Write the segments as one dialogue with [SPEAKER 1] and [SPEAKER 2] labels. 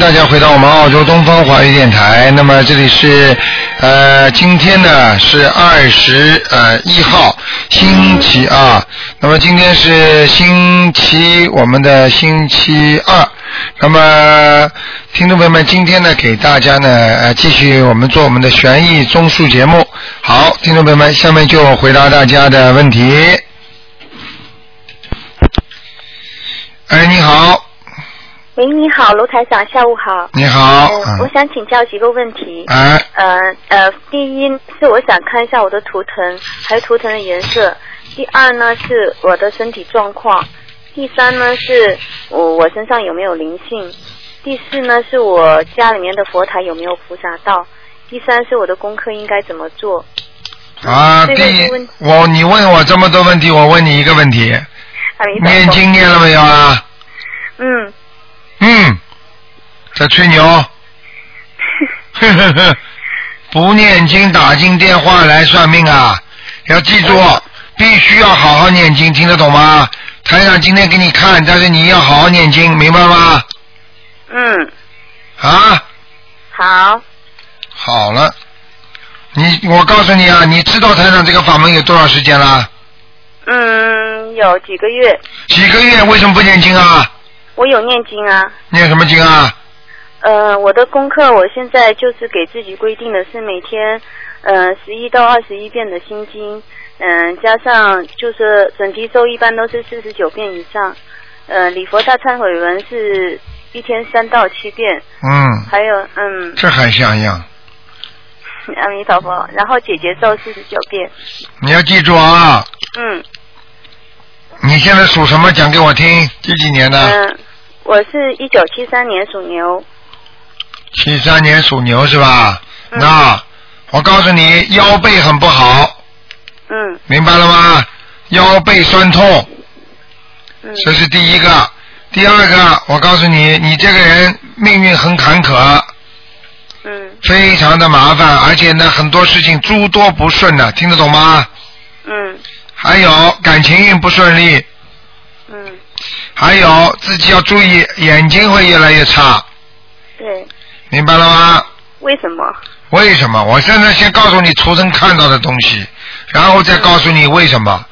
[SPEAKER 1] 大家回到我们澳洲东方华语电台。那么这里是呃，今天呢是二十呃一号星期二，那么今天是星期我们的星期二。那么，听众朋友们，今天呢，给大家呢，呃，继续我们做我们的悬疑综述节目。好，听众朋友们，下面就回答大家的问题。哎，你好，
[SPEAKER 2] 喂，你好，卢台长，下午好。
[SPEAKER 1] 你好，
[SPEAKER 2] 呃我
[SPEAKER 1] 嗯，
[SPEAKER 2] 想请教几个问题。
[SPEAKER 1] 哎，
[SPEAKER 2] 呃呃，第一是我想看一下我的图腾，还有图腾的颜色。第二呢是我的身体状况。第三呢是我我身上有没有灵性。第四呢是我家里面的佛台有没有菩萨道。第三是我的功课应该怎么做？
[SPEAKER 1] 啊，
[SPEAKER 2] 这
[SPEAKER 1] 第
[SPEAKER 2] 个
[SPEAKER 1] 一
[SPEAKER 2] 是问，
[SPEAKER 1] 我你问我这么多问题，我问你一个问题，
[SPEAKER 2] 阿弥陀
[SPEAKER 1] 念
[SPEAKER 2] 佛。
[SPEAKER 1] 经念了没有啊？
[SPEAKER 2] 嗯，
[SPEAKER 1] 嗯，在吹牛，呵呵呵，不念经打进电话来算命啊！要记住，
[SPEAKER 2] 嗯
[SPEAKER 1] 必须要好好念经，听得懂吗？台长今天给你看，但是你要好好念经，明白吗？
[SPEAKER 2] 嗯，
[SPEAKER 1] 啊，
[SPEAKER 2] 好，
[SPEAKER 1] 好了，你我告诉你啊，你知道台长这个法门有多少时间了？
[SPEAKER 2] 嗯，有几个月
[SPEAKER 1] 几个月？为什么不念经啊？
[SPEAKER 2] 我有念经啊。
[SPEAKER 1] 念什么经啊？
[SPEAKER 2] 呃，我的功课我现在就是给自己规定的是每天，呃，十一到二十一遍的心经，嗯、加上就是准提咒一般都是四十九遍以上，呃，礼佛大忏悔文是一天三到七遍，
[SPEAKER 1] 嗯，
[SPEAKER 2] 还有嗯，
[SPEAKER 1] 这还像样。
[SPEAKER 2] 阿弥陀佛，然后姐姐咒四十九遍，
[SPEAKER 1] 你要记住啊，
[SPEAKER 2] 嗯
[SPEAKER 1] 你现在属什么？讲给我听。几几年
[SPEAKER 2] 嗯、
[SPEAKER 1] 的？
[SPEAKER 2] 呃我是一九七三年属牛，
[SPEAKER 1] 七三年属牛是吧？
[SPEAKER 2] 嗯
[SPEAKER 1] 那我告诉你，腰背很不好，
[SPEAKER 2] 嗯
[SPEAKER 1] 明白了吗？腰背酸痛，
[SPEAKER 2] 嗯
[SPEAKER 1] 这是第一个。第二个，我告诉你，你这个人命运很坎坷，
[SPEAKER 2] 嗯
[SPEAKER 1] 非常的麻烦，而且呢，很多事情诸多不顺的，听得懂吗？
[SPEAKER 2] 嗯
[SPEAKER 1] 还有感情运不顺利，
[SPEAKER 2] 嗯，
[SPEAKER 1] 还有自己要注意，眼睛会越来越差，
[SPEAKER 2] 对，
[SPEAKER 1] 明白了吗？
[SPEAKER 2] 为什么？
[SPEAKER 1] 为什么？我现在先告诉你图生看到的东西，然后再告诉你为什么，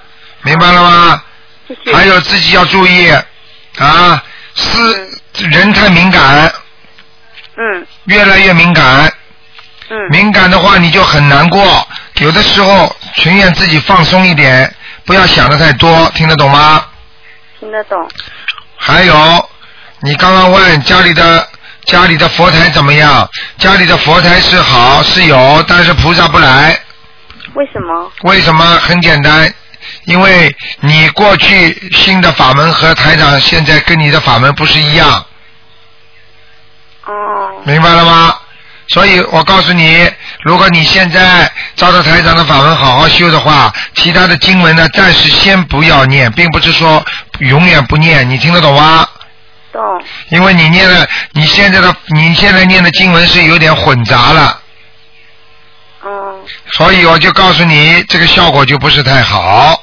[SPEAKER 1] 明白了吗？
[SPEAKER 2] 谢谢。
[SPEAKER 1] 还有自己要注意啊，思人太敏感，
[SPEAKER 2] 嗯
[SPEAKER 1] 越来越敏感，
[SPEAKER 2] 嗯
[SPEAKER 1] 敏感的话你就很难过。有的时候情愿自己放松一点，不要想的太多，听得懂吗？
[SPEAKER 2] 听得懂。
[SPEAKER 1] 还有，你刚刚问家里的家里的佛台怎么样？家里的佛台是好是有，但是菩萨不来。
[SPEAKER 2] 为什么？
[SPEAKER 1] 为什么？很简单，因为你过去新的法门和台长现在跟你的法门不是一样，
[SPEAKER 2] 哦，
[SPEAKER 1] 明白了吗？所以我告诉你，如果你现在照着台长的法门好好修的话，其他的经文呢，暂时先不要念，并不是说永远不念，你听得懂吗？
[SPEAKER 2] 懂，
[SPEAKER 1] 因为你念的，你现在的你现在念的经文是有点混杂了，
[SPEAKER 2] 嗯
[SPEAKER 1] 所以我就告诉你，这个效果就不是太好，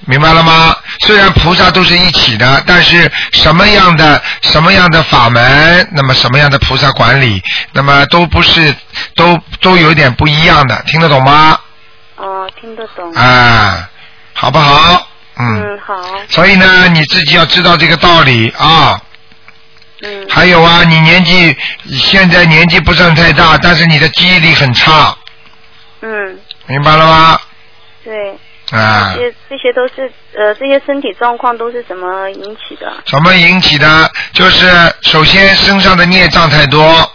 [SPEAKER 1] 明白了吗？虽然菩萨都是一起的，但是什么样的什么样的法门，那么什么样的菩萨管理，那么都不是都都有点不一样的，听得懂吗？
[SPEAKER 2] 哦，听得懂。
[SPEAKER 1] 啊，好不好？嗯。
[SPEAKER 2] 嗯，好，
[SPEAKER 1] 所以呢，你自己要知道这个道理啊。
[SPEAKER 2] 嗯
[SPEAKER 1] 还有啊，你年纪现在年纪不算太大，但是你的记忆力很差，
[SPEAKER 2] 嗯，
[SPEAKER 1] 明白了吗？
[SPEAKER 2] 对，
[SPEAKER 1] 啊。
[SPEAKER 2] 这这些都是呃，这些身体状况都是怎么引起的？
[SPEAKER 1] 什么引起的？就是首先身上的孽障太多，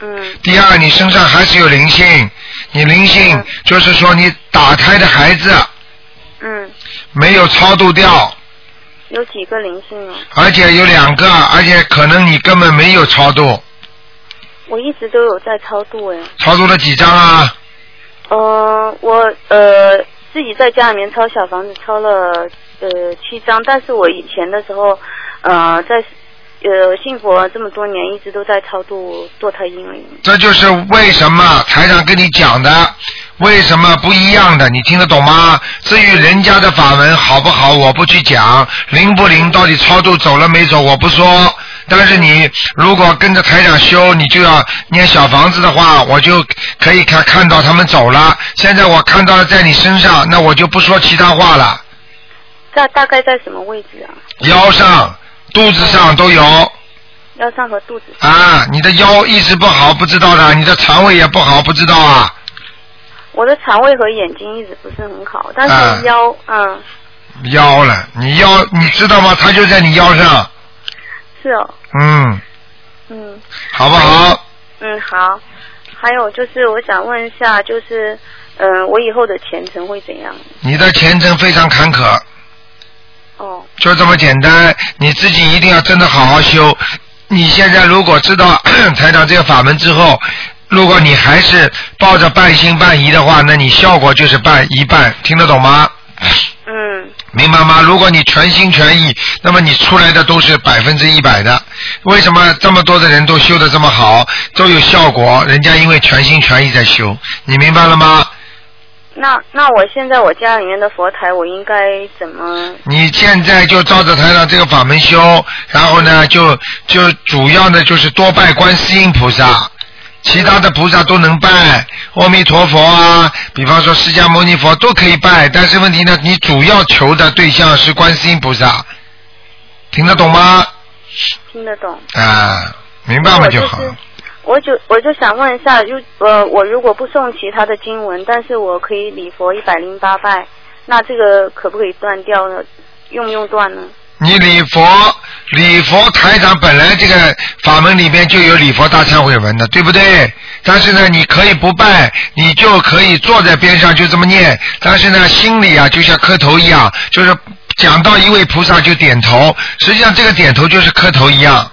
[SPEAKER 2] 嗯
[SPEAKER 1] 第二你身上还是有灵性，你灵性
[SPEAKER 2] 嗯
[SPEAKER 1] 就是说你打胎的孩子
[SPEAKER 2] 嗯，
[SPEAKER 1] 没有超度掉，
[SPEAKER 2] 有几个灵性啊？
[SPEAKER 1] 而且有两个，而且可能你根本没有超度，
[SPEAKER 2] 我一直都有在超度哎。
[SPEAKER 1] 超度了几张啊？
[SPEAKER 2] 呃，我呃自己在家里面抄小房子抄了呃七张，但是我以前的时候呃在呃信佛这么多年，一直都在超度堕胎婴灵。
[SPEAKER 1] 这就是为什么台长跟你讲的，为什么不一样的，你听得懂吗？至于人家的法门好不好，我不去讲，灵不灵，到底超度走了没走，我不说。但是你如果跟着台长修，你就要念小房子的话，我就可以看看到他们走了。现在我看到了在你身上，那我就不说其他话了。
[SPEAKER 2] 在大概在什么位置啊？
[SPEAKER 1] 腰上、肚子上都有
[SPEAKER 2] 腰上和肚子上。
[SPEAKER 1] 啊，你的腰一直不好，不知道的，你的肠胃也不好，不知道啊。
[SPEAKER 2] 我的肠胃和眼睛一直不是很好，但
[SPEAKER 1] 啊
[SPEAKER 2] 是腰，嗯，
[SPEAKER 1] 腰了，你腰你知道吗？它就在你腰上，
[SPEAKER 2] 是哦，
[SPEAKER 1] 嗯，
[SPEAKER 2] 嗯
[SPEAKER 1] 好不好？
[SPEAKER 2] 嗯，好。还有就是，我想问一下，就是，嗯、我以后的前程会怎样？
[SPEAKER 1] 你的前程非常坎坷，
[SPEAKER 2] 哦，
[SPEAKER 1] 就这么简单，你自己一定要真的好好修。你现在如果知道 台长这个法门之后，如果你还是抱着半信半疑的话，那你效果就是半一半，听得懂吗？
[SPEAKER 2] 嗯
[SPEAKER 1] 明白吗？如果你全心全意，那么你出来的都是百分之一百的。为什么这么多的人都修的这么好，都有效果？人家因为全心全意在修，你明白了吗？
[SPEAKER 2] 那那我现在我家里面的佛台，我应该怎么？
[SPEAKER 1] 你现在就照着台上这个法门修，然后呢，就就主要呢就是多拜观世音菩萨，其他的菩萨都能拜，阿弥陀佛啊，比方说释迦牟尼佛都可以拜，但是问题呢，你主要求的对象是观世音菩萨，听得懂吗？
[SPEAKER 2] 听得懂？
[SPEAKER 1] 啊，明白吗
[SPEAKER 2] 我
[SPEAKER 1] 就
[SPEAKER 2] 就
[SPEAKER 1] 好。
[SPEAKER 2] 是，我就我就想问一下，如呃，我如果不送其他的经文，但是我可以礼佛一百零八拜，那这个可不可以断掉呢？用不用断呢？
[SPEAKER 1] 你礼佛，礼佛台长本来这个法门里面就有礼佛大忏悔文的，对不对？但是呢，你可以不拜，你就可以坐在边上就这么念。但是呢，心里啊就像磕头一样，就是讲到一位菩萨就点头，实际上这个点头就是磕头一样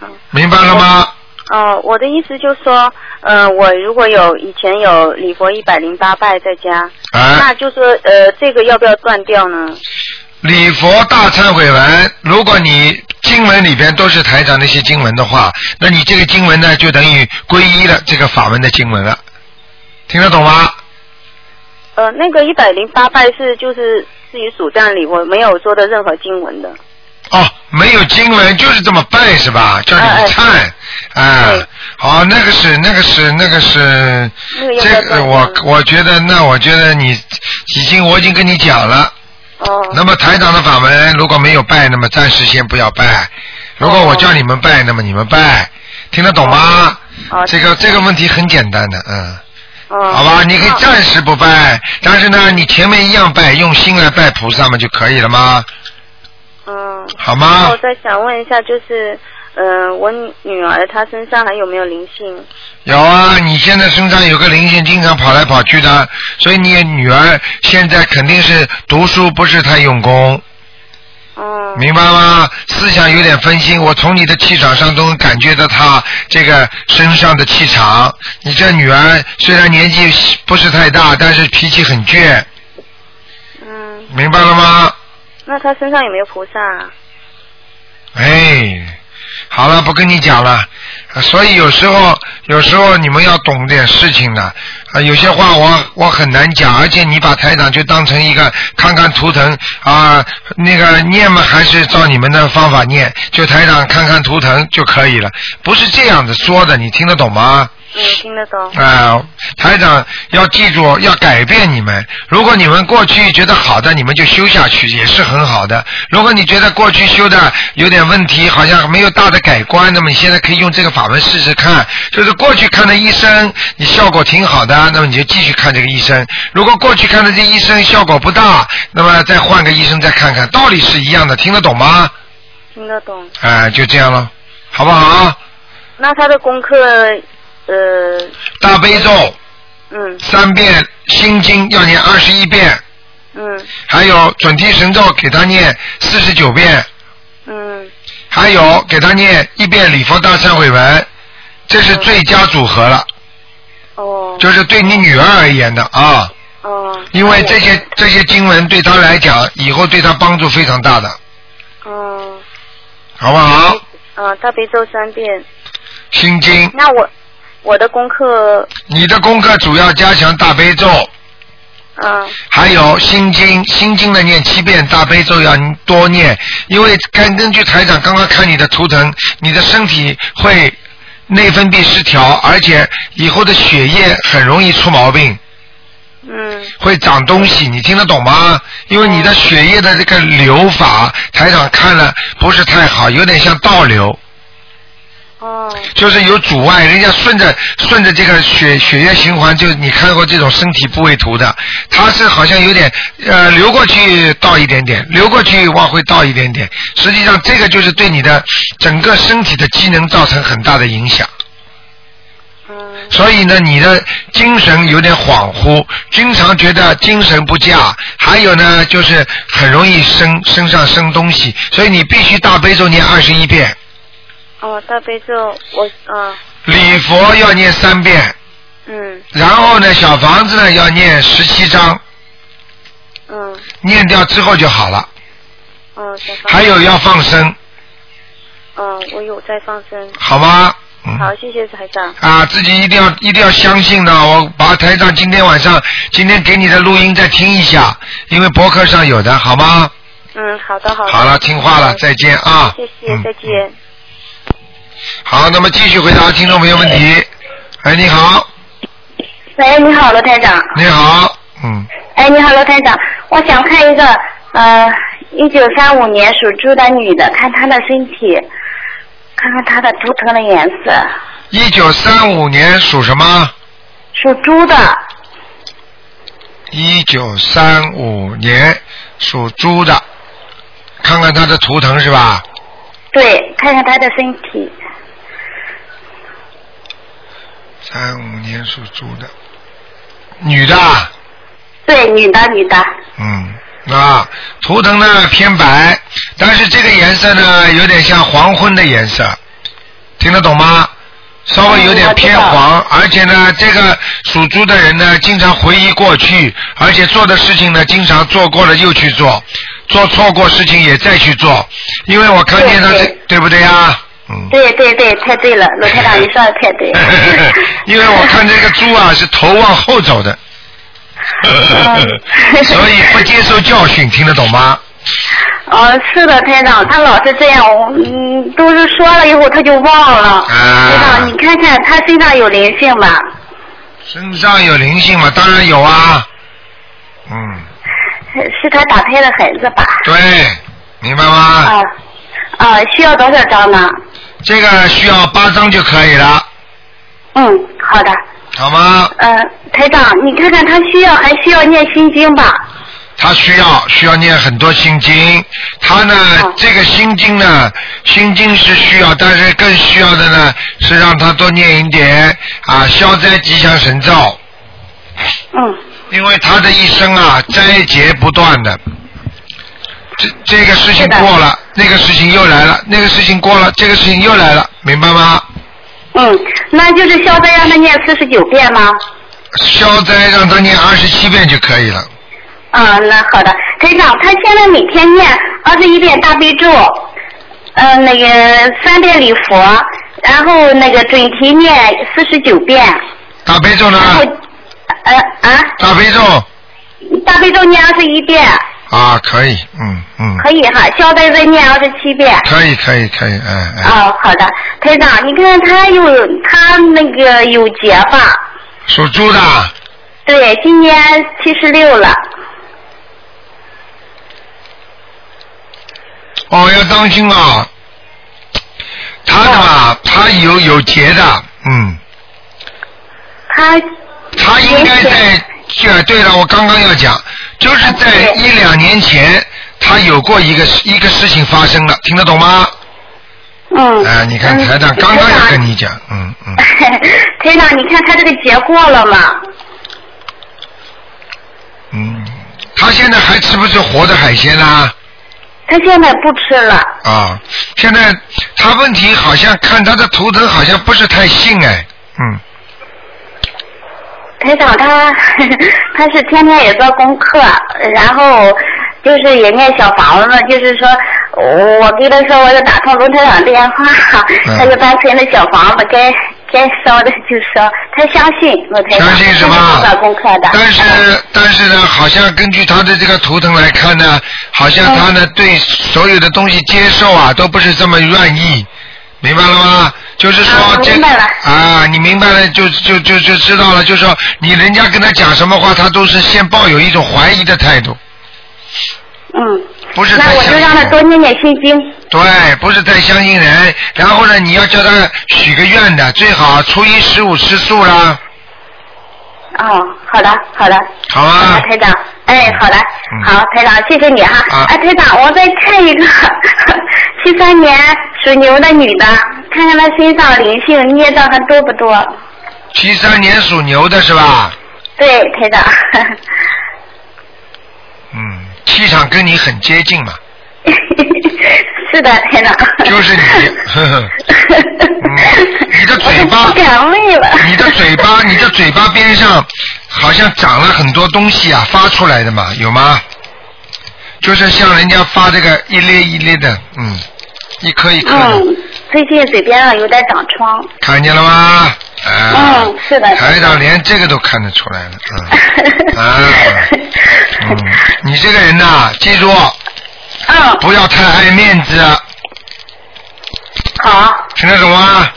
[SPEAKER 2] 嗯。
[SPEAKER 1] 明白了吗？
[SPEAKER 2] 哦、我的意思就是说，呃，我如果有以前有礼佛一百零八拜在家，
[SPEAKER 1] 啊。
[SPEAKER 2] 那就说呃，这个要不要断掉呢？
[SPEAKER 1] 礼佛大忏悔文，如果你经文里边都是台长那些经文的话，那你这个经文呢，就等于皈依了这个法门的经文了，听得懂吗？
[SPEAKER 2] 呃，那个一百零八拜是就是自己主占礼，我没有说的任何经文的。
[SPEAKER 1] 哦，没有经文就是这么拜是吧？叫
[SPEAKER 2] 哎
[SPEAKER 1] 你
[SPEAKER 2] 哎
[SPEAKER 1] 忏啊
[SPEAKER 2] 对，
[SPEAKER 1] 好、那个是那个是那个是
[SPEAKER 2] 那个要不要
[SPEAKER 1] 这个
[SPEAKER 2] 断
[SPEAKER 1] 我
[SPEAKER 2] 掉呢？
[SPEAKER 1] 我觉得那我觉得你已经我已经跟你讲了，
[SPEAKER 2] 哦，
[SPEAKER 1] 那么台长的法门如果没有拜，那么暂时先不要拜；如果我叫你们拜，那么你们拜，听得懂吗？
[SPEAKER 2] 哦，
[SPEAKER 1] 这个这个问题很简单的，嗯，
[SPEAKER 2] 哦，
[SPEAKER 1] 好吧，你可以
[SPEAKER 2] 那
[SPEAKER 1] 暂时不拜，但是呢，你前面一样拜，用心来拜菩萨嘛就可以了吗？
[SPEAKER 2] 嗯，
[SPEAKER 1] 好
[SPEAKER 2] 那
[SPEAKER 1] 吗
[SPEAKER 2] 我？再想问一下，就是，嗯、我女女儿她身上还有没有灵性？
[SPEAKER 1] 有啊，你现在身上有个灵性，经常跑来跑去的，所以你女儿现在肯定是读书不是太用功，
[SPEAKER 2] 嗯，
[SPEAKER 1] 明白吗？思想有点分心，我从你的气场上都能感觉到她这个身上的气场。你这女儿虽然年纪不是太大，但是脾气很倔，
[SPEAKER 2] 嗯，
[SPEAKER 1] 明白了吗？
[SPEAKER 2] 那她身上有没有菩萨、啊？
[SPEAKER 1] 哎，好了，不跟你讲了。啊所以有时候，有时候你们要懂点事情的。啊，有些话我我很难讲，而且你把台长就当成一个看看图腾啊，那个念嘛还是照你们的方法念，就台长看看图腾就可以了，不是这样子说的，你听得懂吗？
[SPEAKER 2] 嗯，听得懂。
[SPEAKER 1] 啊、台长要记住，要改变你们。如果你们过去觉得好的，你们就修下去，也是很好的。如果你觉得过去修的有点问题，好像没有大的改观，那么你现在可以用这个法门试试看。就是过去看的医生，你效果挺好的，那么你就继续看这个医生。如果过去看的这医生效果不大，那么再换个医生再看看，道理是一样的，听得懂吗？
[SPEAKER 2] 听得懂。
[SPEAKER 1] 哎、就这样了，好不好？
[SPEAKER 2] 那她的功课，呃，
[SPEAKER 1] 大悲咒
[SPEAKER 2] 嗯
[SPEAKER 1] 三遍，心经要念二十一遍。
[SPEAKER 2] 嗯
[SPEAKER 1] 还有准提神咒给他念四十九遍，
[SPEAKER 2] 嗯
[SPEAKER 1] 还有给他念一遍礼佛大忏悔文，这是最佳组合了，
[SPEAKER 2] 哦
[SPEAKER 1] 就是对你女儿而言的啊，
[SPEAKER 2] 哦。
[SPEAKER 1] 因为这些这些经文对她来讲，以后对她帮助非常大的，
[SPEAKER 2] 嗯
[SPEAKER 1] 好不好？
[SPEAKER 2] 嗯，大悲咒三遍。
[SPEAKER 1] 心经，
[SPEAKER 2] 那我我的功课，
[SPEAKER 1] 你的功课主要加强大悲咒，
[SPEAKER 2] 嗯、嗯
[SPEAKER 1] 还有心经，心经的念七遍，大悲咒要多念，因为根根据台长刚刚看你的图腾，你的身体会内分泌失调，而且以后的血液很容易出毛病，
[SPEAKER 2] 嗯
[SPEAKER 1] 会长东西，你听得懂吗？因为你的血液的这个流法，台长看了不是太好，有点像倒流，
[SPEAKER 2] 哦
[SPEAKER 1] 就是有阻碍，人家顺着顺着这个血血液循环，就你看过这种身体部位图的，它是好像有点呃流过去倒一点点，流过去往回倒一点点，实际上这个就是对你的整个身体的机能造成很大的影响，
[SPEAKER 2] 嗯
[SPEAKER 1] 所以呢，你的精神有点恍惚，经常觉得精神不佳，还有呢就是很容易身身上生东西，所以你必须大悲咒念二十一遍，
[SPEAKER 2] 哦大悲咒我嗯
[SPEAKER 1] 礼佛要念三遍。
[SPEAKER 2] 嗯
[SPEAKER 1] 然后呢，小房子呢要念十七章，
[SPEAKER 2] 嗯
[SPEAKER 1] 念掉之后就好了。
[SPEAKER 2] 嗯小房
[SPEAKER 1] 还有要放生，
[SPEAKER 2] 嗯我有在放生
[SPEAKER 1] 好吗？嗯。
[SPEAKER 2] 好谢谢台长
[SPEAKER 1] 啊，自己一定要一定要相信的。我把台上今天晚上今天给你的录音再听一下，因为博客上有的，好吗？
[SPEAKER 2] 嗯好的好的
[SPEAKER 1] 好了，听话了，再见啊。
[SPEAKER 2] 谢谢再
[SPEAKER 1] 嗯。
[SPEAKER 2] 见
[SPEAKER 1] 好，那么继续回答听众朋友问题。哎，你好，
[SPEAKER 3] 喂，你好，罗台长。
[SPEAKER 1] 你好，嗯，
[SPEAKER 3] 哎，你好，罗台长，我想看一个呃，一九三五年属猪的女的，看她的身体，看看她的图腾的颜色。
[SPEAKER 1] 一九三五年属什么？
[SPEAKER 3] 属猪的，
[SPEAKER 1] 一九三五年属猪的，看看他的图腾是吧？
[SPEAKER 3] 对，看看她的身体。
[SPEAKER 1] 三五年属猪的，女的啊，
[SPEAKER 3] 对，女的，女的。
[SPEAKER 1] 嗯，啊，图腾呢偏白，但是这个颜色呢有点像黄昏的颜色，听得懂吗？稍微有点偏
[SPEAKER 3] 嗯
[SPEAKER 1] 黄，而且呢，这个属猪的人呢，经常回忆过去，而且做的事情呢，经常做过了又去做，做错过事情也再去做，因为我看见他
[SPEAKER 3] 对
[SPEAKER 1] 这
[SPEAKER 3] 对，
[SPEAKER 1] 对不对呀？ 嗯。。
[SPEAKER 3] 对对对，太对了，罗台长，你说的太对
[SPEAKER 1] 因为我看这个猪啊是头往后走的，
[SPEAKER 3] 嗯
[SPEAKER 1] 所以不接受教训，听得懂吗？
[SPEAKER 3] 哦，是的，台长，他老是这样，我嗯，都是说了以后他就忘了。
[SPEAKER 1] 啊
[SPEAKER 3] 台长，你看看他身上有灵性吧？
[SPEAKER 1] 身上有灵性嘛，当然有啊。嗯，
[SPEAKER 3] 是他打胎的孩子吧？
[SPEAKER 1] 对，明白吗？
[SPEAKER 3] 啊啊，需要多少张呢？
[SPEAKER 1] 这个需要八张就可以了，
[SPEAKER 3] 嗯，好的。
[SPEAKER 1] 好吗？
[SPEAKER 3] 呃，台长，你看看他需要还需要念心经吧？
[SPEAKER 1] 他需要需要念很多心经，他呢、
[SPEAKER 3] 哦
[SPEAKER 1] 这个心经呢，心经是需要，但是更需要的呢是让他多念一点啊消灾吉祥神咒，
[SPEAKER 3] 嗯，
[SPEAKER 1] 因为他的一生啊灾劫不断的，这这个事情
[SPEAKER 3] 是的
[SPEAKER 1] 过了，那个事情又来了，那个事情过了，这个事情又来了，明白吗？
[SPEAKER 3] 嗯，那就是消灾让他念四十九遍吗？
[SPEAKER 1] 消灾让他念二十七遍就可以了。
[SPEAKER 3] 嗯，那好的，台长，他现在每天念二十一遍大悲咒，呃，那个三遍礼佛，然后那个准提念四十九遍，
[SPEAKER 1] 大悲咒呢
[SPEAKER 3] 然？后呃啊，
[SPEAKER 1] 大悲咒
[SPEAKER 3] 大悲咒念二十一遍，
[SPEAKER 1] 啊，可以，嗯嗯，
[SPEAKER 3] 可以哈，消灾再念二十七遍。
[SPEAKER 1] 可以可以可以，哎哎，
[SPEAKER 3] 哦，好的，台长，你看他有他那个有结吧？
[SPEAKER 1] 属猪的啊。
[SPEAKER 3] 对，今年七十六了。
[SPEAKER 1] 哦，要当心啊！他的
[SPEAKER 3] 啊
[SPEAKER 1] 吧，他有有劫的，嗯，
[SPEAKER 3] 他
[SPEAKER 1] 他应该
[SPEAKER 3] 有啊
[SPEAKER 1] 在这。对了，我刚刚要讲，就是在
[SPEAKER 3] 对
[SPEAKER 1] 一两年前，他有过一个一个事情发生了，听得懂吗？
[SPEAKER 3] 嗯。
[SPEAKER 1] 哎，你看
[SPEAKER 3] 嗯
[SPEAKER 1] 台长刚刚要跟。你
[SPEAKER 3] 台
[SPEAKER 1] 讲，嗯嗯，
[SPEAKER 3] 长 台长，你看他这个结过了吗？
[SPEAKER 1] 嗯，他现在还吃不吃活的海鲜啦、
[SPEAKER 3] 他现在不吃了。
[SPEAKER 1] 啊，现在他问题好像看他的图腾好像不是太信哎，嗯，
[SPEAKER 3] 台长他 他是天天也做功课，然后就是也念小房子，就是说我我跟他说我要打通卢台长电话，
[SPEAKER 1] 嗯
[SPEAKER 3] 他就单纯的小房子该该烧的就烧，他相信我台长，
[SPEAKER 1] 相信什么
[SPEAKER 3] 他是做功课的。
[SPEAKER 1] 但是但是呢，好像根据他的这个图腾来看呢，好像他呢对所有的东西接受啊，都不是这么愿意，明白了吗？就是说
[SPEAKER 3] 啊
[SPEAKER 1] 这
[SPEAKER 3] 明白了
[SPEAKER 1] 啊，你明白了就就就就知道了，就是说你人家跟他讲什么话，他都是先抱有一种怀疑的态度，
[SPEAKER 3] 嗯，
[SPEAKER 1] 不是
[SPEAKER 3] 那
[SPEAKER 1] 太
[SPEAKER 3] 我
[SPEAKER 1] 相
[SPEAKER 3] 就
[SPEAKER 1] 信
[SPEAKER 3] 让他
[SPEAKER 1] 人
[SPEAKER 3] 多念念心经。
[SPEAKER 1] 对，不是太相信人。然后呢，你要叫他许个愿的，最好初一十五吃素啦，
[SPEAKER 3] 哦，好的，好的。
[SPEAKER 1] 好
[SPEAKER 3] 好
[SPEAKER 1] 啊
[SPEAKER 3] 的，。台长，哎，好的，
[SPEAKER 1] 嗯
[SPEAKER 3] 好，台长，谢谢你哈。
[SPEAKER 1] 啊
[SPEAKER 3] 哎，台长，我再看一个七三年属牛的女的，看看她身上灵性孽障还多不多？
[SPEAKER 1] 七三年属牛的是吧？
[SPEAKER 3] 对，台长。
[SPEAKER 1] 嗯，气场跟你很接近嘛。
[SPEAKER 3] 是的，台长。
[SPEAKER 1] 就是 你呵呵嗯你的嘴巴
[SPEAKER 3] 我都不敢问了。
[SPEAKER 1] 你的嘴 巴，你的嘴巴边上好像长了很多东西啊，发出来的嘛，有吗？就是像人家发这个一列一列的，嗯，一颗一颗的，
[SPEAKER 3] 嗯，最近嘴边啊上有点长疮。
[SPEAKER 1] 看见了吗？啊、
[SPEAKER 3] 嗯是的是的
[SPEAKER 1] 台长连这个都看得出来了，嗯， 啊，嗯，你这个人呐、记住
[SPEAKER 3] 嗯，
[SPEAKER 1] 不要太爱面子，
[SPEAKER 3] 好，
[SPEAKER 1] 听得懂吗？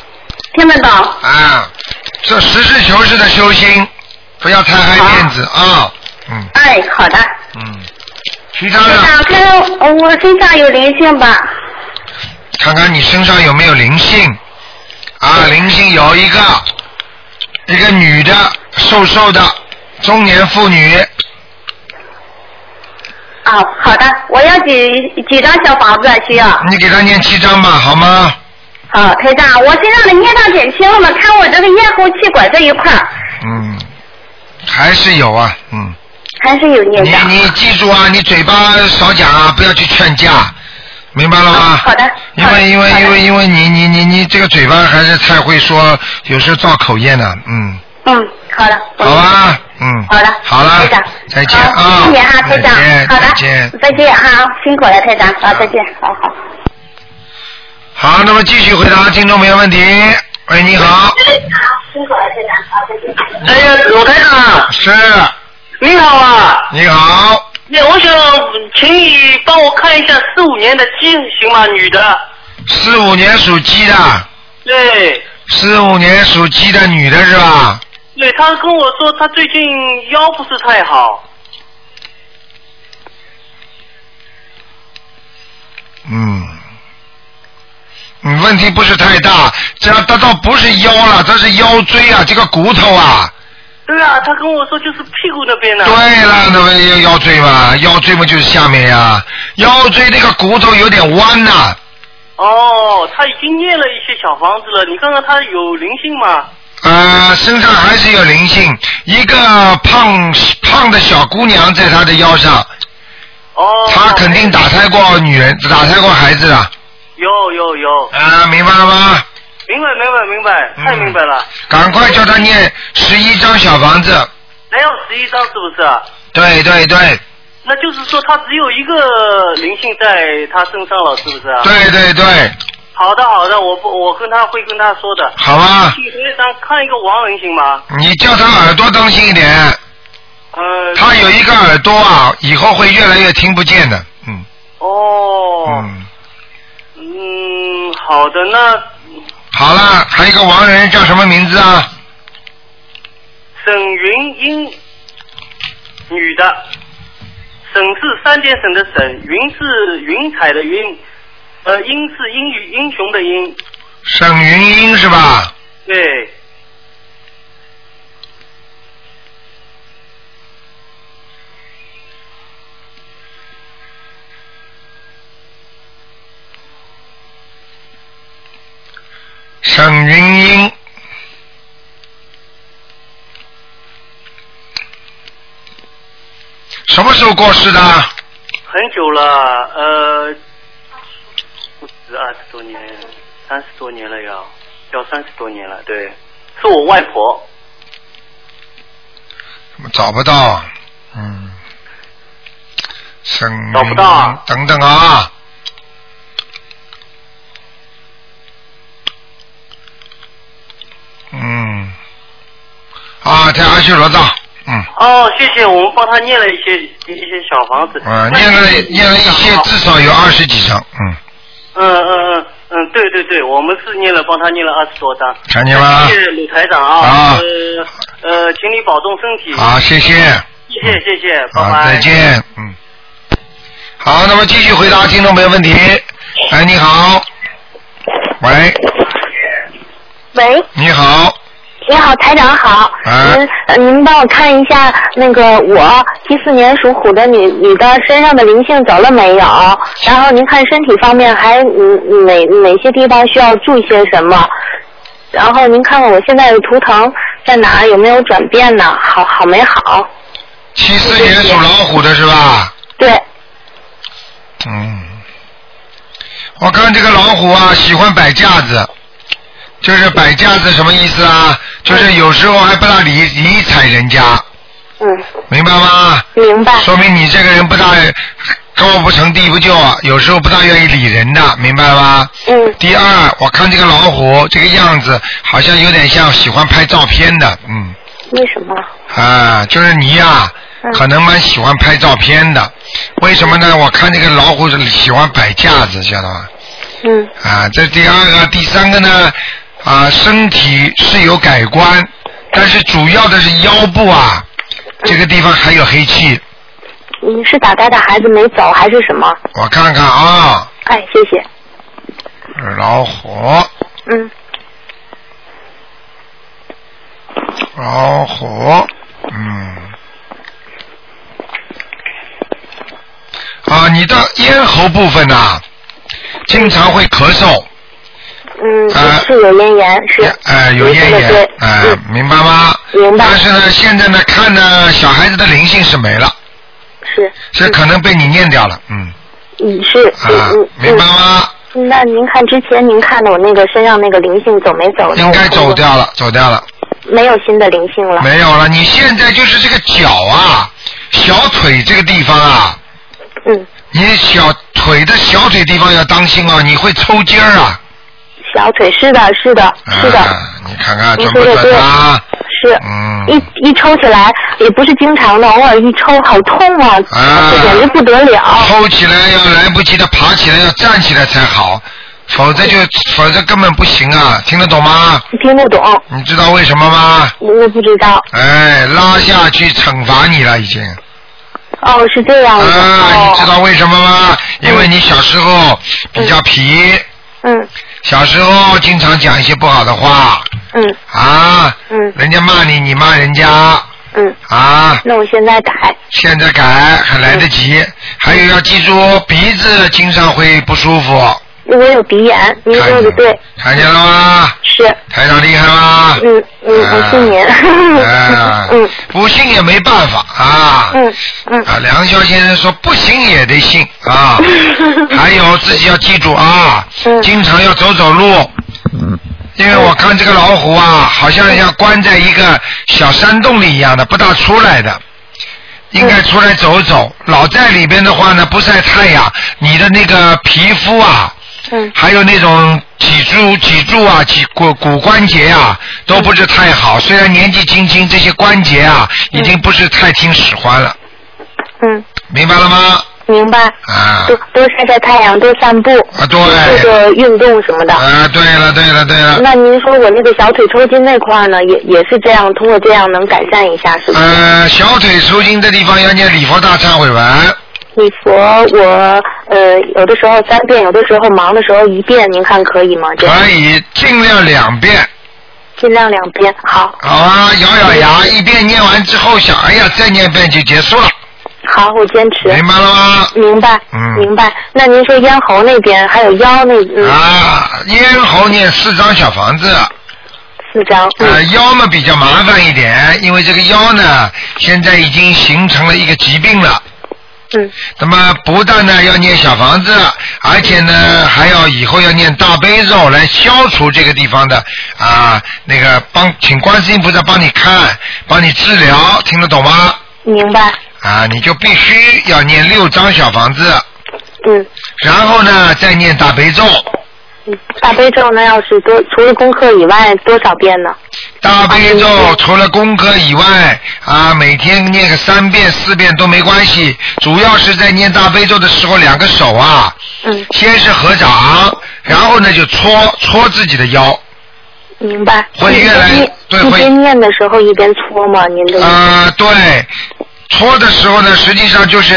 [SPEAKER 3] 听得懂。
[SPEAKER 1] 啊，这实事求是的修心，不要太爱面子啊，嗯
[SPEAKER 3] 哎，好的。
[SPEAKER 1] 嗯，其他
[SPEAKER 3] 台
[SPEAKER 1] 的。
[SPEAKER 3] 长，看看我我身上有灵性吧？
[SPEAKER 1] 看看你身上有没有灵性啊？灵性有一个，一个女的，瘦瘦的，中年妇女，
[SPEAKER 3] 啊，好的，我要几几张小房子啊需要？
[SPEAKER 1] 你给她念七章吧，好吗？
[SPEAKER 3] 好，台长，我身上的孽障减轻了吗？看我这个咽喉气管这一块儿
[SPEAKER 1] 嗯，还是有啊，嗯，
[SPEAKER 3] 还是有孽
[SPEAKER 1] 你
[SPEAKER 3] 障。
[SPEAKER 1] 你记住啊，你嘴巴少讲啊，不要去劝架，明白了吗？
[SPEAKER 3] 啊好的
[SPEAKER 1] 因
[SPEAKER 3] 好的
[SPEAKER 1] 为因为
[SPEAKER 3] 好的
[SPEAKER 1] 因为因为你你你你这个嘴巴还是太会说，有时候造口业呢，嗯，
[SPEAKER 3] 嗯，好的。我
[SPEAKER 1] 好。吧，嗯，
[SPEAKER 3] 好的，
[SPEAKER 1] 好了
[SPEAKER 3] 台长，，
[SPEAKER 1] 再见
[SPEAKER 3] 好
[SPEAKER 1] 啊，
[SPEAKER 3] 谢谢你哈，台长，好
[SPEAKER 1] 再
[SPEAKER 3] 的，
[SPEAKER 1] 见，
[SPEAKER 3] 再见哈，辛苦了，台长，好，再见，好好。
[SPEAKER 1] 好，那么继续回答听众朋友问题。喂，你好，
[SPEAKER 3] 辛苦了，台长，好，再见。
[SPEAKER 4] 哎呀，鲁台长，
[SPEAKER 1] 是，
[SPEAKER 4] 你好啊！
[SPEAKER 1] 你好，
[SPEAKER 4] 那哎我想请你帮我看一下四五年的鸡行吗？女的，
[SPEAKER 1] 四五年属鸡的，
[SPEAKER 4] 对，
[SPEAKER 1] 四五年属鸡的女的是吧？
[SPEAKER 4] 对，她跟我说她最近腰不是太好，
[SPEAKER 1] 嗯，嗯，问题不是太大，这它倒不是腰了，它是腰椎啊，这个骨头啊。
[SPEAKER 4] 对啊，她跟我说就是屁股那边呢、啊
[SPEAKER 1] 对了，那么腰腰椎嘛，腰椎嘛就是下面呀、腰椎那个骨头有点弯呐、
[SPEAKER 4] 哦，她已经念了一些小房子了，你看看她有灵性吗？
[SPEAKER 1] 呃，身上还是有灵性，一个胖胖的小姑娘在她的腰上，
[SPEAKER 4] 哦，
[SPEAKER 1] 她肯定打胎过女人，打胎过孩子的，啊、
[SPEAKER 4] 有有有，
[SPEAKER 1] 明白了吗？
[SPEAKER 4] 明白明白明白，太明白了，
[SPEAKER 1] 赶快叫她念十一张小房子，
[SPEAKER 4] 还有十一张是不是啊？
[SPEAKER 1] 对对对，
[SPEAKER 4] 那就是说她只有一个灵性在她身上了，是不是啊？
[SPEAKER 1] 对对对，
[SPEAKER 4] 好的，好的，我不，我跟他会跟他说的。
[SPEAKER 1] 好吧，
[SPEAKER 4] 请台长看一个亡人行吗？
[SPEAKER 1] 你叫她耳朵当心一点，
[SPEAKER 4] 呃，
[SPEAKER 1] 她有一个耳朵啊，以后会越来越听不见的，嗯
[SPEAKER 4] 哦，
[SPEAKER 1] 嗯，
[SPEAKER 4] 嗯，好的，那
[SPEAKER 1] 好了，还有一个亡人叫什么名字啊？
[SPEAKER 4] 沈云英，女的，沈是三点沈的沈，云是云彩的云，呃，英是英语英雄的英，
[SPEAKER 1] 沈云英是吧？
[SPEAKER 4] 对，
[SPEAKER 1] 沈云英。什么时候过世的？
[SPEAKER 4] 很久了，呃，不止二十多年，三十多年了要，要三十多年了，对，是我外婆。
[SPEAKER 1] 怎么找不到？嗯，沈云英
[SPEAKER 4] 找不到啊
[SPEAKER 1] 等等啊！嗯，啊，在阿修罗道，嗯，
[SPEAKER 4] 哦，谢谢，我们帮他念了一些一些小房子。
[SPEAKER 1] 啊，念了念了一些，至少有二十几张，嗯，
[SPEAKER 4] 嗯嗯嗯嗯，对对对，我们是念了，帮他念了二十多张。
[SPEAKER 1] 看见吗
[SPEAKER 4] 谢？谢鲁台长啊，
[SPEAKER 1] 啊
[SPEAKER 4] 呃呃，请你保重身体。
[SPEAKER 1] 好，谢谢。
[SPEAKER 4] 谢谢谢谢，拜拜。
[SPEAKER 1] 好，再。见，嗯。好，那么继续回答听众朋友问题。哎，你好，喂，
[SPEAKER 3] 喂，
[SPEAKER 1] 你好，
[SPEAKER 3] 你好，台长好。
[SPEAKER 1] 哎
[SPEAKER 3] 您呃您帮我看一下那个我七四年属虎的女女的身上的灵性走了没有？然后您看身体方面还嗯哪哪些地方需要注意些什么？然后您看看我现在的图腾在哪儿有没有转变呢？好好没好？
[SPEAKER 1] 七四年属老虎的是吧？
[SPEAKER 3] 对，
[SPEAKER 1] 嗯。我看这个老虎啊，喜欢摆架子，就是摆架子什么意思啊？就是有时候还不大理理睬人家，
[SPEAKER 3] 嗯，
[SPEAKER 1] 明白吗？
[SPEAKER 3] 明白。
[SPEAKER 1] 说明你这个人不大高不成低不就，啊有时候不大愿意理人的，明白吗？
[SPEAKER 3] 嗯
[SPEAKER 1] 第二，我看这个老虎这个样子，好像有点像喜欢拍照片的，嗯，
[SPEAKER 3] 为什么？
[SPEAKER 1] 啊，就是你呀、
[SPEAKER 3] 嗯
[SPEAKER 1] 可能蛮喜欢拍照片的。为什么呢？我看这个老虎是喜欢摆架子，晓得吗？
[SPEAKER 3] 嗯
[SPEAKER 1] 啊，这第二个，第三个呢，啊，身体是有改观，但是主要的是腰部啊，这个地方还有黑气。
[SPEAKER 3] 你是打胎的孩子没走还是什么？
[SPEAKER 1] 我看看啊，
[SPEAKER 3] 哎，谢谢。
[SPEAKER 1] 老虎，
[SPEAKER 3] 嗯
[SPEAKER 1] 老虎，嗯，啊，你的咽喉部分呐、啊经常会咳嗽，
[SPEAKER 3] 嗯，
[SPEAKER 1] 呃
[SPEAKER 3] 是有咽炎是。
[SPEAKER 1] 呃，有咽
[SPEAKER 3] 您说的
[SPEAKER 1] 炎
[SPEAKER 3] 对，
[SPEAKER 1] 呃，
[SPEAKER 3] 嗯
[SPEAKER 1] 明白吗？
[SPEAKER 3] 明白
[SPEAKER 1] 但是呢，现在呢，看呢，小孩子的灵性是没了，
[SPEAKER 3] 是。
[SPEAKER 1] 是可能被你念掉了，嗯，
[SPEAKER 3] 你是
[SPEAKER 1] 啊
[SPEAKER 3] 嗯，
[SPEAKER 1] 明
[SPEAKER 3] 嗯
[SPEAKER 1] 白吗？
[SPEAKER 3] 嗯。那您看之前您看的我那个身上那个灵性走没走呢？
[SPEAKER 1] 应该走掉了，走掉了，
[SPEAKER 3] 我，没有新的灵性了。
[SPEAKER 1] 没有了。你现在就是这个脚啊，小腿这个地方啊，
[SPEAKER 3] 嗯，
[SPEAKER 1] 你小腿的小腿地方要当心哦，你会抽筋儿啊。
[SPEAKER 3] 小腿是的，是的，是的，
[SPEAKER 1] 啊，你看看
[SPEAKER 3] 您
[SPEAKER 1] 准
[SPEAKER 3] 说
[SPEAKER 1] 不
[SPEAKER 3] 的
[SPEAKER 1] 准啊？
[SPEAKER 3] 是。
[SPEAKER 1] 嗯，
[SPEAKER 3] 一一抽起来也不是经常的，偶尔一抽好痛啊，
[SPEAKER 1] 啊
[SPEAKER 3] 这简直不得了。
[SPEAKER 1] 抽起来要来不及的爬起来，要站起来才好，否则就否则根本不行啊！听得懂吗？
[SPEAKER 3] 听不懂，
[SPEAKER 1] 你知道为什么吗？
[SPEAKER 3] 我我不知道。
[SPEAKER 1] 哎，拉下去惩罚你了已经。
[SPEAKER 3] 哦，是这样
[SPEAKER 1] 啊，
[SPEAKER 3] 的。哦，
[SPEAKER 1] 你知道为什么吗？因为你小时候比较皮，
[SPEAKER 3] 嗯
[SPEAKER 1] 小时候经常讲一些不好的话
[SPEAKER 3] 嗯
[SPEAKER 1] 啊，
[SPEAKER 3] 嗯
[SPEAKER 1] 人家骂你，你骂人家
[SPEAKER 3] 嗯，
[SPEAKER 1] 啊，
[SPEAKER 3] 那我现在改。
[SPEAKER 1] 现在改还来得及，还有要记住鼻子经常会不舒服，
[SPEAKER 3] 我有鼻炎，您说的嗯对，
[SPEAKER 1] 看见了吗？
[SPEAKER 3] 是，
[SPEAKER 1] 台长厉害吗？
[SPEAKER 3] 嗯嗯，我信您。
[SPEAKER 1] 啊
[SPEAKER 3] 嗯，
[SPEAKER 1] 不信也没办法啊。
[SPEAKER 3] 嗯嗯
[SPEAKER 1] 啊，梁霄先生说不信也得信啊。 还有自己要记住啊，
[SPEAKER 3] 嗯
[SPEAKER 1] 经常要走走路。因为我看这个老虎啊，好像像关在一个小山洞里一样的，不大出来的。应该出来走走，
[SPEAKER 3] 嗯
[SPEAKER 1] 老在里边的话呢，不晒太阳，你的那个皮肤啊，
[SPEAKER 3] 嗯
[SPEAKER 1] 还有那种脊柱、脊柱啊、脊骨骨关节啊，都不是太好。虽然年纪轻轻，这些关节啊，已经不是太听使唤了，
[SPEAKER 3] 嗯，
[SPEAKER 1] 明白了吗？
[SPEAKER 3] 明白。
[SPEAKER 1] 啊
[SPEAKER 3] 多多晒晒太阳，多散步，
[SPEAKER 1] 啊，对
[SPEAKER 3] 做，做运动什么的。
[SPEAKER 1] 啊，对了，对了，对了。
[SPEAKER 3] 那您说我那个小腿抽筋那块儿呢，也也是这样，通过这样能改善一下，是吧？
[SPEAKER 1] 呃，小腿抽筋的地方要念礼佛大忏悔文，
[SPEAKER 3] 礼佛我呃有的时候三遍，有的时候忙的时候一遍，您看可以吗？这
[SPEAKER 1] 可以尽量两遍，
[SPEAKER 3] 尽量两遍，好，
[SPEAKER 1] 好啊，咬咬牙，一遍念完之后想，哎呀，再念一遍就结束了，
[SPEAKER 3] 好，我坚持。
[SPEAKER 1] 明白了吗？
[SPEAKER 3] 明白，
[SPEAKER 1] 嗯
[SPEAKER 3] 明白。那您说咽喉那边还有腰那嗯、
[SPEAKER 1] 啊，咽喉念四张小房子，
[SPEAKER 3] 四张，嗯、
[SPEAKER 1] 呃，腰嘛比较麻烦一点，因为这个腰呢，现在已经形成了一个疾病了。
[SPEAKER 3] 嗯，
[SPEAKER 1] 那么不但呢要念小房子，而且呢还要以后要念大悲咒来消除这个地方的啊那个帮，请观世音菩萨帮你看，帮你治疗，听得懂吗？
[SPEAKER 3] 明白，
[SPEAKER 1] 啊，你就必须要念六张小房子，
[SPEAKER 3] 嗯
[SPEAKER 1] 然后呢再念大悲咒，
[SPEAKER 3] 大悲咒那要是多除了功课以外多少遍呢？
[SPEAKER 1] 大悲咒除了功课以外，啊，每天念个三遍四遍都没关系，主要是在念大悲咒的时候，两个手啊，
[SPEAKER 3] 嗯，
[SPEAKER 1] 先是合掌，然后呢就搓搓自己的腰，
[SPEAKER 3] 明白。
[SPEAKER 1] 会越来
[SPEAKER 3] 一边
[SPEAKER 1] 对
[SPEAKER 3] 一
[SPEAKER 1] 会
[SPEAKER 3] 边念的时候一边搓吗？您的意思
[SPEAKER 1] 啊，对，搓的时候呢，实际上就是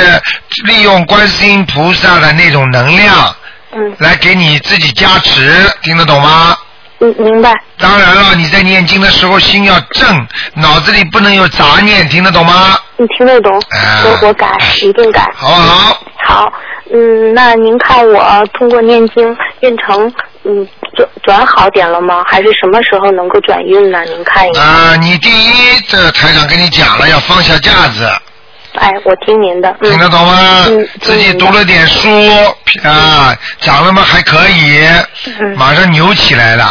[SPEAKER 1] 利用观世音菩萨的那种能量
[SPEAKER 3] 嗯
[SPEAKER 1] 来给你自己加持，听得懂吗？
[SPEAKER 3] 嗯，明白。
[SPEAKER 1] 当然了，你在念经的时候心要正，脑子里不能有杂念，听得懂吗？
[SPEAKER 3] 你听得懂？
[SPEAKER 1] 啊
[SPEAKER 3] 我我改，一定改。
[SPEAKER 1] 好不好？
[SPEAKER 3] 好，嗯，那您看我通过念经运程，嗯，转转好点了吗？还是什么时候能够转运呢？您看一下。
[SPEAKER 1] 啊、你第一，这台长跟你讲了，要放下架子，
[SPEAKER 3] 哎，我听您的，
[SPEAKER 1] 听得
[SPEAKER 3] 嗯，
[SPEAKER 1] 懂吗？
[SPEAKER 3] 嗯
[SPEAKER 1] 自己读了点书啊，长得嘛还可以，
[SPEAKER 3] 嗯
[SPEAKER 1] 马上扭起来了。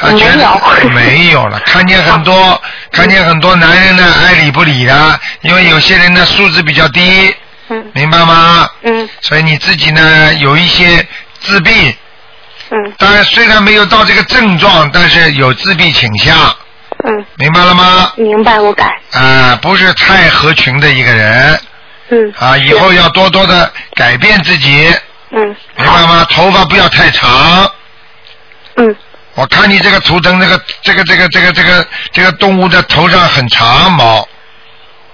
[SPEAKER 1] 啊，
[SPEAKER 3] 没
[SPEAKER 1] 觉得
[SPEAKER 3] 有
[SPEAKER 1] 没有了，看见很多，看见很多男人呢爱理不理的，因为有些人呢素质比较低，
[SPEAKER 3] 嗯
[SPEAKER 1] 明白吗？
[SPEAKER 3] 嗯
[SPEAKER 1] 所以你自己呢有一些自闭，
[SPEAKER 3] 嗯
[SPEAKER 1] 当然虽然没有到这个症状，但是有自闭倾向，
[SPEAKER 3] 嗯，
[SPEAKER 1] 明白了吗？
[SPEAKER 3] 明白，我改。
[SPEAKER 1] 啊、不是太合群的一个人
[SPEAKER 3] 嗯
[SPEAKER 1] 啊，以后要多多的改变自己，
[SPEAKER 3] 嗯
[SPEAKER 1] 明白吗？头发不要太长。
[SPEAKER 3] 嗯，
[SPEAKER 1] 我看你这个图腾，这个这个这个这个这个这个动物的头上很长毛，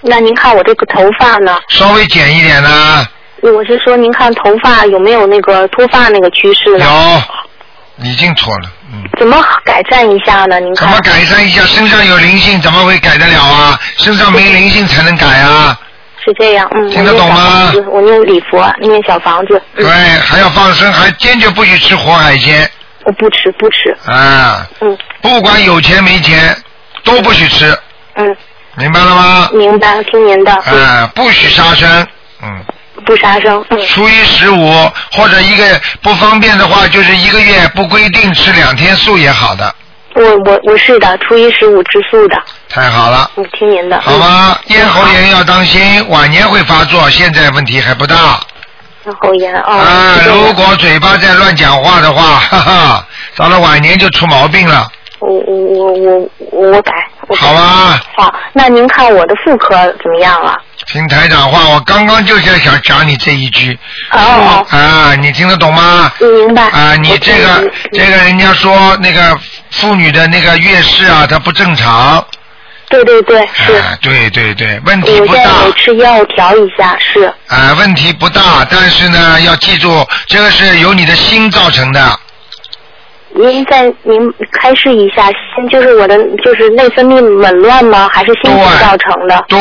[SPEAKER 3] 那您看我这个头发呢？
[SPEAKER 1] 稍微剪一点呢，
[SPEAKER 3] 我是说，您看头发有没有那个脱发那个趋势呢？
[SPEAKER 1] 有，已经脱了，嗯。
[SPEAKER 3] 怎么改善一下呢？您
[SPEAKER 1] 怎
[SPEAKER 3] 看
[SPEAKER 1] 么，改善一下？身上有灵性，怎么会改得了啊？身上没灵性才能改啊！
[SPEAKER 3] 是这样，嗯，
[SPEAKER 1] 听得懂吗
[SPEAKER 3] 我念小房子我念礼佛，念小房子，
[SPEAKER 1] 对，
[SPEAKER 3] 嗯，
[SPEAKER 1] 还要放生，还坚决不许吃活海鲜
[SPEAKER 3] 我不吃不吃，
[SPEAKER 1] 啊！
[SPEAKER 3] 嗯
[SPEAKER 1] 不管有钱没钱，都不许吃，
[SPEAKER 3] 嗯，
[SPEAKER 1] 明白了吗？
[SPEAKER 3] 明白，听您的，嗯
[SPEAKER 1] 啊，不许杀生，嗯。
[SPEAKER 3] 不杀生，嗯
[SPEAKER 1] 初一十五或者一个不方便的话，就是一个月不规定吃两天素也好的，
[SPEAKER 3] 我我我是的，初一十五吃素的，
[SPEAKER 1] 太好了，
[SPEAKER 3] 嗯，听您的，嗯
[SPEAKER 1] 好吧？咽喉炎要当心，晚年会发作，现在问题还不大。
[SPEAKER 3] 嗯？喉炎哦，
[SPEAKER 1] 啊，
[SPEAKER 3] 是这样
[SPEAKER 1] 如果嘴巴再乱讲话的话， 哈哈，到了晚年就出毛病了，
[SPEAKER 3] 我我我我我改，我改
[SPEAKER 1] 好吧？
[SPEAKER 3] 好，那您看我的妇科怎么样了？
[SPEAKER 1] 听台长话，我刚刚就是想讲你这一句。
[SPEAKER 3] 哦，
[SPEAKER 1] 啊，你听得懂吗？
[SPEAKER 3] 哦明白。
[SPEAKER 1] 啊，你
[SPEAKER 3] 我
[SPEAKER 1] 这
[SPEAKER 3] 听
[SPEAKER 1] 个
[SPEAKER 3] 您
[SPEAKER 1] 这个，人家说那个妇女的那个月事啊，它不正常。
[SPEAKER 3] 对对对，是。
[SPEAKER 1] 啊，对对对，问题
[SPEAKER 3] 我
[SPEAKER 1] 不
[SPEAKER 3] 现在有
[SPEAKER 1] 大
[SPEAKER 3] 吃药调一下，是
[SPEAKER 1] 啊，问题不大，但是呢，要记住，这个是由你的心造成的。
[SPEAKER 3] 您再您开示一下，心就是我的就是内分泌紊乱吗？还是
[SPEAKER 1] 对
[SPEAKER 3] 心情造成的？
[SPEAKER 1] 对，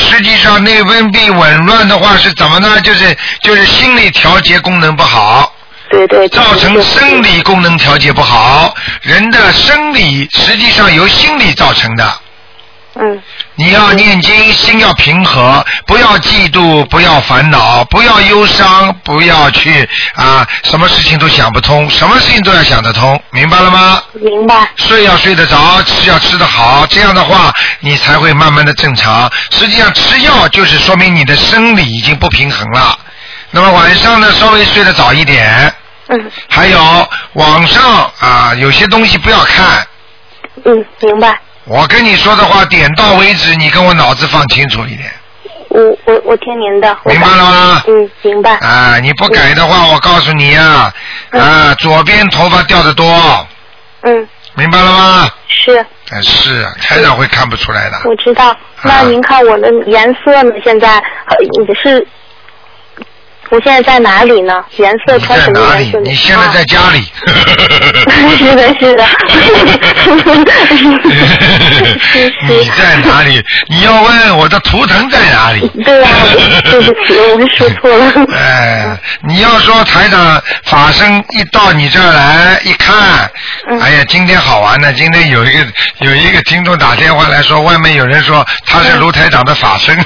[SPEAKER 1] 实际上内分泌紊乱的话是怎么呢？就是就是心理调节功能不好，
[SPEAKER 3] 对对，
[SPEAKER 1] 造成生理功能调节不好。人的生理实际上由心理造成的。
[SPEAKER 3] 嗯
[SPEAKER 1] 你要念经，心要平和，不要嫉妒，不要烦恼，不要忧伤，不要去啊，什么事情都想不通，什么事情都要想得通，明白了吗？
[SPEAKER 3] 明白。
[SPEAKER 1] 睡要睡得着，吃要吃得好，这样的话你才会慢慢的正常。实际上吃药就是说明你的生理已经不平衡了。那么晚上呢，稍微睡得早一点。
[SPEAKER 3] 嗯
[SPEAKER 1] 还有网上啊，有些东西不要看。
[SPEAKER 3] 嗯，明白。
[SPEAKER 1] 我跟你说的话，点到为止，你跟我脑子放清楚一点，
[SPEAKER 3] 我我我听您的。我
[SPEAKER 1] 明白了吗？
[SPEAKER 3] 嗯，明白。
[SPEAKER 1] 啊，你不改的话，我告诉你啊，啊，左边头发掉的多，
[SPEAKER 3] 嗯，
[SPEAKER 1] 明白了吗？
[SPEAKER 3] 是
[SPEAKER 1] 但是
[SPEAKER 3] 嗯
[SPEAKER 1] 啊台长会看不出来的。
[SPEAKER 3] 我知
[SPEAKER 1] 啊
[SPEAKER 3] 道。那您看我的颜色呢？现在呃你是，我现在在哪里呢？颜色
[SPEAKER 1] 你
[SPEAKER 3] 穿
[SPEAKER 1] 在
[SPEAKER 3] 什么
[SPEAKER 1] 哪
[SPEAKER 3] 颜
[SPEAKER 1] 里
[SPEAKER 3] 色？？嗯
[SPEAKER 1] 你现在
[SPEAKER 3] 啊
[SPEAKER 1] 在家里。
[SPEAKER 3] 是的，是的。是
[SPEAKER 1] 你在哪里？你要问我的图腾在哪里？
[SPEAKER 3] 对啊对不起我们说错了
[SPEAKER 1] 哎，你要说台长法身一到你这儿来一看，
[SPEAKER 3] 嗯
[SPEAKER 1] 哎呀，今天好玩呢！今天有一个有一个听众打电话来说，外面有人说他是卢台长的法 身，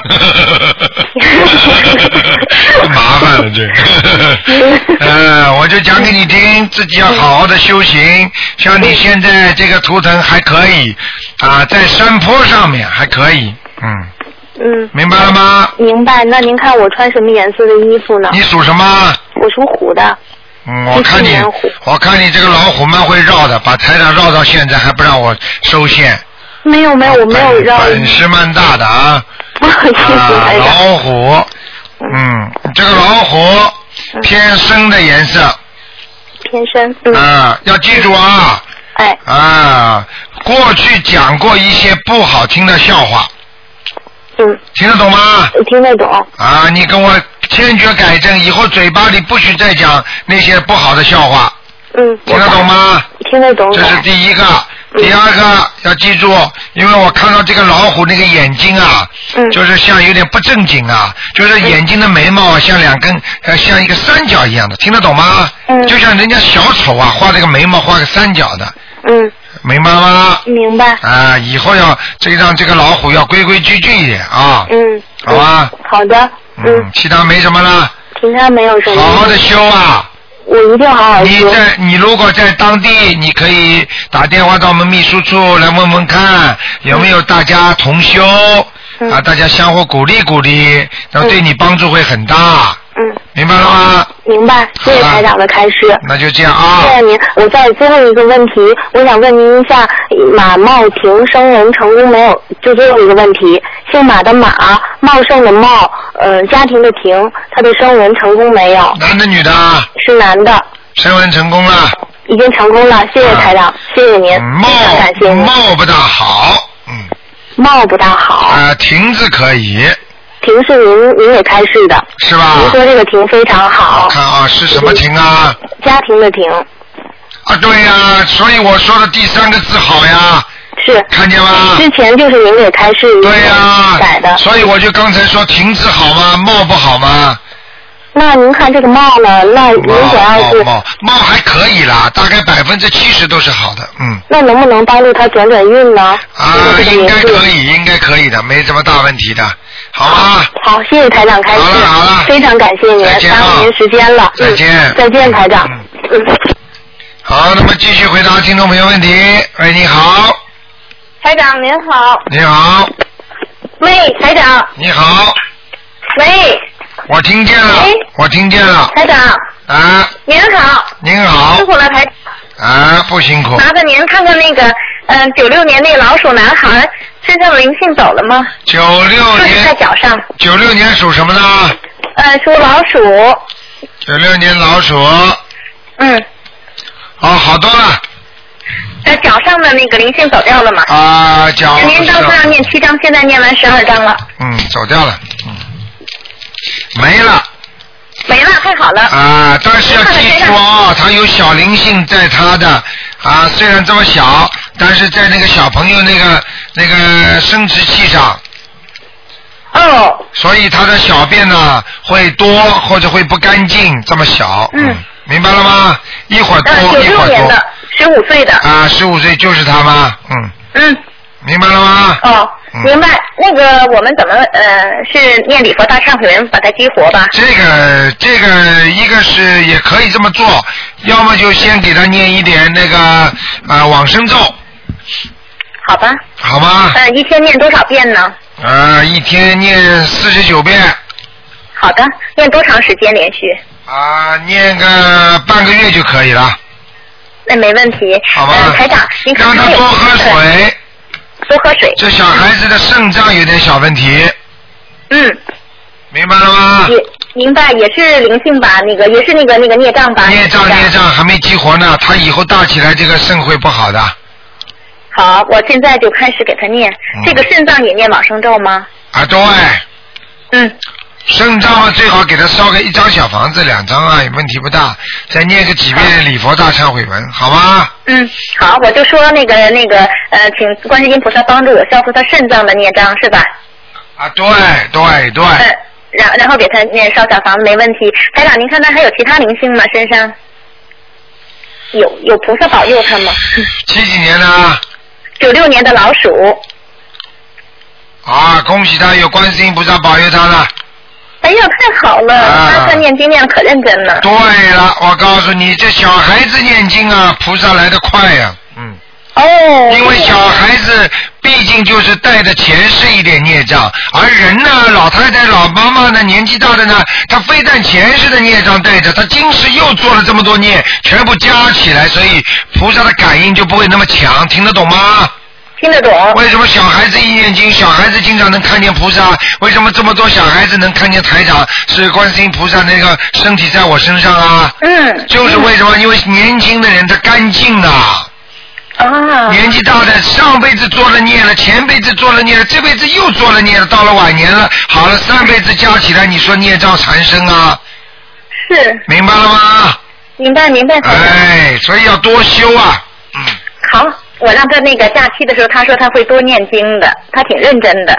[SPEAKER 1] 麻烦了这个。呃，我就讲给你听，自己要好好的修行。像你现在这个图腾还可以啊，在山坡上面还可以，嗯，
[SPEAKER 3] 嗯，
[SPEAKER 1] 明白了吗？
[SPEAKER 3] 明白。那您看我穿什么颜色的衣服呢
[SPEAKER 1] 你？属什么？
[SPEAKER 3] 我属虎的。
[SPEAKER 1] 嗯，我看
[SPEAKER 3] 一
[SPEAKER 1] 你
[SPEAKER 3] 只老虎，
[SPEAKER 1] 我看你这个老虎蛮会绕的，把台长绕到现在还不让我收线。
[SPEAKER 3] 没有没有，我没有
[SPEAKER 1] 本
[SPEAKER 3] 绕，哎
[SPEAKER 1] 本事蛮大的 啊！
[SPEAKER 3] 不好意思，
[SPEAKER 1] 啊，
[SPEAKER 3] 台长。
[SPEAKER 1] 老虎，嗯，这个老虎偏深的颜色
[SPEAKER 3] 偏深，嗯，
[SPEAKER 1] 啊，要记住啊
[SPEAKER 3] 哎，
[SPEAKER 1] 啊！过去讲过一些不好听的笑话，
[SPEAKER 3] 嗯，
[SPEAKER 1] 听得懂吗？
[SPEAKER 3] 听得懂，
[SPEAKER 1] 啊，你跟我坚决改正，以后嘴巴里不许再讲那些不好的笑话，
[SPEAKER 3] 嗯，
[SPEAKER 1] 听得懂吗？
[SPEAKER 3] 听得懂，
[SPEAKER 1] 这是第一个，
[SPEAKER 3] 嗯
[SPEAKER 1] 第二个要记住，因为我看到这个老虎那个眼睛啊，
[SPEAKER 3] 嗯，
[SPEAKER 1] 就是像有点不正经啊，就是眼睛的眉毛啊，像两根呃像一个三角一样的，听得懂吗？
[SPEAKER 3] 嗯
[SPEAKER 1] 就像人家小丑啊，画这个眉毛画个三角的，
[SPEAKER 3] 嗯，
[SPEAKER 1] 明白吗？
[SPEAKER 3] 明白，
[SPEAKER 1] 啊，以后要这让这个老虎要规规矩矩一点啊，
[SPEAKER 3] 嗯，
[SPEAKER 1] 好吧？
[SPEAKER 3] 好的，
[SPEAKER 1] 嗯
[SPEAKER 3] 嗯，，
[SPEAKER 1] 其他没什么了，
[SPEAKER 3] 其他没有什么，
[SPEAKER 1] 好好的修啊。
[SPEAKER 3] 我一定好好
[SPEAKER 1] 你
[SPEAKER 3] 修，
[SPEAKER 1] 在你如果在当地，你可以打电话到我们秘书处来问问看有没有大家同修、
[SPEAKER 3] 嗯
[SPEAKER 1] 啊，大家相互鼓励鼓励，那对你帮助会很大，
[SPEAKER 3] 嗯，嗯
[SPEAKER 1] 明白了吗？
[SPEAKER 3] 明白，谢谢
[SPEAKER 1] 好了
[SPEAKER 3] 台长的开示。
[SPEAKER 1] 那就这样啊
[SPEAKER 3] 谢，谢您，我再最后一个问题，我想问您一下，马茂亭生人成功没有？就最后一个问题，姓马的马，茂盛的茂，呃，家庭的庭，他的生人成功没有？
[SPEAKER 1] 男的女的啊，
[SPEAKER 3] 是男的，
[SPEAKER 1] 升温成功了，
[SPEAKER 3] 已经成功了，谢谢台长，谢谢您，
[SPEAKER 1] 嗯
[SPEAKER 3] 非常感
[SPEAKER 1] 貌
[SPEAKER 3] 谢您。
[SPEAKER 1] 貌不大好，嗯
[SPEAKER 3] 貌不大好，
[SPEAKER 1] 啊，亭子可以
[SPEAKER 3] 亭是您您给开示的，
[SPEAKER 1] 是吧？
[SPEAKER 3] 您说这个亭非常好
[SPEAKER 1] 我，看啊，是什么亭啊？
[SPEAKER 3] 家庭的庭
[SPEAKER 1] 啊，对呀、所以我说的第三个字好呀，
[SPEAKER 3] 是。
[SPEAKER 1] 看见吗？
[SPEAKER 3] 之前就是您给开示，
[SPEAKER 1] 啊对呀、
[SPEAKER 3] 改的。
[SPEAKER 1] 所以我就刚才说停止好吗？冒不好吗？
[SPEAKER 3] 那您看这个貌呢？那您
[SPEAKER 1] 冒
[SPEAKER 3] 主要
[SPEAKER 1] 冒
[SPEAKER 3] 是
[SPEAKER 1] 冒冒还可以啦，大概百分之七十都是好的，嗯。
[SPEAKER 3] 那能不能帮助他转转运呢？
[SPEAKER 1] 啊
[SPEAKER 3] 这个，是
[SPEAKER 1] 应该
[SPEAKER 3] 个
[SPEAKER 1] 可以，应该可以的，没什么大问题的，好吗？
[SPEAKER 3] 好，谢谢台长开示，
[SPEAKER 1] 好了好了
[SPEAKER 3] 非常感谢您，
[SPEAKER 1] 再见啊
[SPEAKER 3] 耽误您时间了，
[SPEAKER 1] 再见
[SPEAKER 3] 嗯再见，台长，嗯。
[SPEAKER 1] 好，那么继续回答听众朋友问题。喂，你好，
[SPEAKER 5] 台长您好，
[SPEAKER 1] 你好，
[SPEAKER 5] 喂，台长，
[SPEAKER 1] 你好，
[SPEAKER 5] 喂，
[SPEAKER 1] 我听见了
[SPEAKER 5] 喂，
[SPEAKER 1] 我听见了，
[SPEAKER 5] 台长
[SPEAKER 1] 啊，
[SPEAKER 5] 您好，
[SPEAKER 1] 您好
[SPEAKER 5] 辛，苦了台长，
[SPEAKER 1] 啊，不辛苦，
[SPEAKER 5] 麻烦您看看那个，嗯、9九六年那老鼠男孩身上的灵性走了吗？
[SPEAKER 1] 九六
[SPEAKER 5] 就是在
[SPEAKER 1] 年，
[SPEAKER 5] 脚上，
[SPEAKER 1] 九六年属什么呢？
[SPEAKER 5] 呃，属老鼠，
[SPEAKER 1] 九六年老鼠，哦，
[SPEAKER 5] 嗯，
[SPEAKER 1] 好多了。
[SPEAKER 5] 呃，脚上的那个灵性走掉了吗？
[SPEAKER 1] 啊，讲
[SPEAKER 5] 您当初要念七章，现在念完十二章了，
[SPEAKER 1] 嗯，走掉了，嗯，没了
[SPEAKER 5] 没了，太好了。
[SPEAKER 1] 啊！但是要记住啊、他有小灵性在他的啊，虽然这么小，但是在那个小朋友那个那个生殖器上，
[SPEAKER 5] 哦，
[SPEAKER 1] 所以他的小便呢会多或者会不干净，这么小，
[SPEAKER 5] 嗯，
[SPEAKER 1] 明白了吗？一会儿多
[SPEAKER 5] 嗯、9九
[SPEAKER 1] 一会
[SPEAKER 5] 六
[SPEAKER 1] 儿
[SPEAKER 5] 年
[SPEAKER 1] 多
[SPEAKER 5] 的，十五岁的，
[SPEAKER 1] 啊，十五岁就是他吗？嗯，
[SPEAKER 5] 嗯，
[SPEAKER 1] 明白了吗？
[SPEAKER 5] 哦，
[SPEAKER 1] 嗯
[SPEAKER 5] 明白。那个我们怎么呃是念礼佛大忏悔文把它激活吧？
[SPEAKER 1] 这个这个一个是也可以这么做，要么就先给他念一点那个啊、呃往生咒，
[SPEAKER 5] 好吧。
[SPEAKER 1] 好吗？
[SPEAKER 5] 呃，一天念多少遍呢？
[SPEAKER 1] 呃，一天念四十九遍
[SPEAKER 5] 好的，念多长时间连续？
[SPEAKER 1] 啊、念个半个月就可以了，
[SPEAKER 5] 那没问题。
[SPEAKER 1] 好吧
[SPEAKER 5] 嗯，台长，您看
[SPEAKER 1] 让他
[SPEAKER 5] 还有
[SPEAKER 1] 多喝水。
[SPEAKER 5] 多喝水。
[SPEAKER 1] 这小孩子的肾脏有点小问题，
[SPEAKER 5] 嗯，
[SPEAKER 1] 明白了吗？
[SPEAKER 5] 也明白，也是灵性吧，那个也是那个那个孽障吧。
[SPEAKER 1] 孽障
[SPEAKER 5] 是吧
[SPEAKER 1] 孽障还没激活呢，他以后大起来这个肾会不好的
[SPEAKER 5] 好，我现在就开始给他念。
[SPEAKER 1] 嗯
[SPEAKER 5] 这个肾脏也念往生咒吗？
[SPEAKER 1] 啊。对，
[SPEAKER 5] 嗯，
[SPEAKER 1] 肾脏嘛，最好给他烧个一张小房子，两张啊，问题不大。再念个几遍礼佛大忏悔文，好吗？
[SPEAKER 5] 嗯，好，我就说那个那个呃，请观世音菩萨帮助我消除他肾脏的孽障，是吧？
[SPEAKER 1] 啊，对对对，
[SPEAKER 5] 嗯，然然后给他念烧小房子没问题。台长，您看他还有其他灵性吗？身上有有菩萨保佑他吗？
[SPEAKER 1] 七几年呢？
[SPEAKER 5] 九六年的老鼠，
[SPEAKER 1] 啊，恭喜他，有观世音菩萨保佑他了。
[SPEAKER 5] 哎呀，太好了！
[SPEAKER 1] 啊
[SPEAKER 5] 他他念经念得可认真
[SPEAKER 1] 哎
[SPEAKER 5] 了。
[SPEAKER 1] 对了，我告诉你，这小孩子念经啊，菩萨来得快呀、嗯，
[SPEAKER 3] 哦，
[SPEAKER 1] 因为小孩子毕竟就是带的前世一点孽障，而人呢，老太太、老妈妈呢，年纪大的呢，她非但前世的孽障带着，她今世又做了这么多孽，全部加起来，所以菩萨的感应就不会那么强，听得懂吗？
[SPEAKER 3] 听得懂。
[SPEAKER 1] 为什么小孩子一念经，小孩子经常能看见菩萨？为什么这么多小孩子能看见台长是观世音菩萨那个身体在我身上啊？
[SPEAKER 3] 嗯。
[SPEAKER 1] 就是为什么？因为年轻的人他干净啊。
[SPEAKER 3] 啊。
[SPEAKER 1] 年纪大的，上辈子做了孽了，前辈子做了孽了，这辈子又做了孽了，到了晚年了，好了，三辈子加起来，你说孽障缠身啊，
[SPEAKER 3] 是，
[SPEAKER 1] 明白了吗？
[SPEAKER 3] 明白明白。台长
[SPEAKER 1] 哎，所以要多修啊，嗯，
[SPEAKER 3] 好，我让他那个假期的时候，他说他会多念经的，他挺认真 的。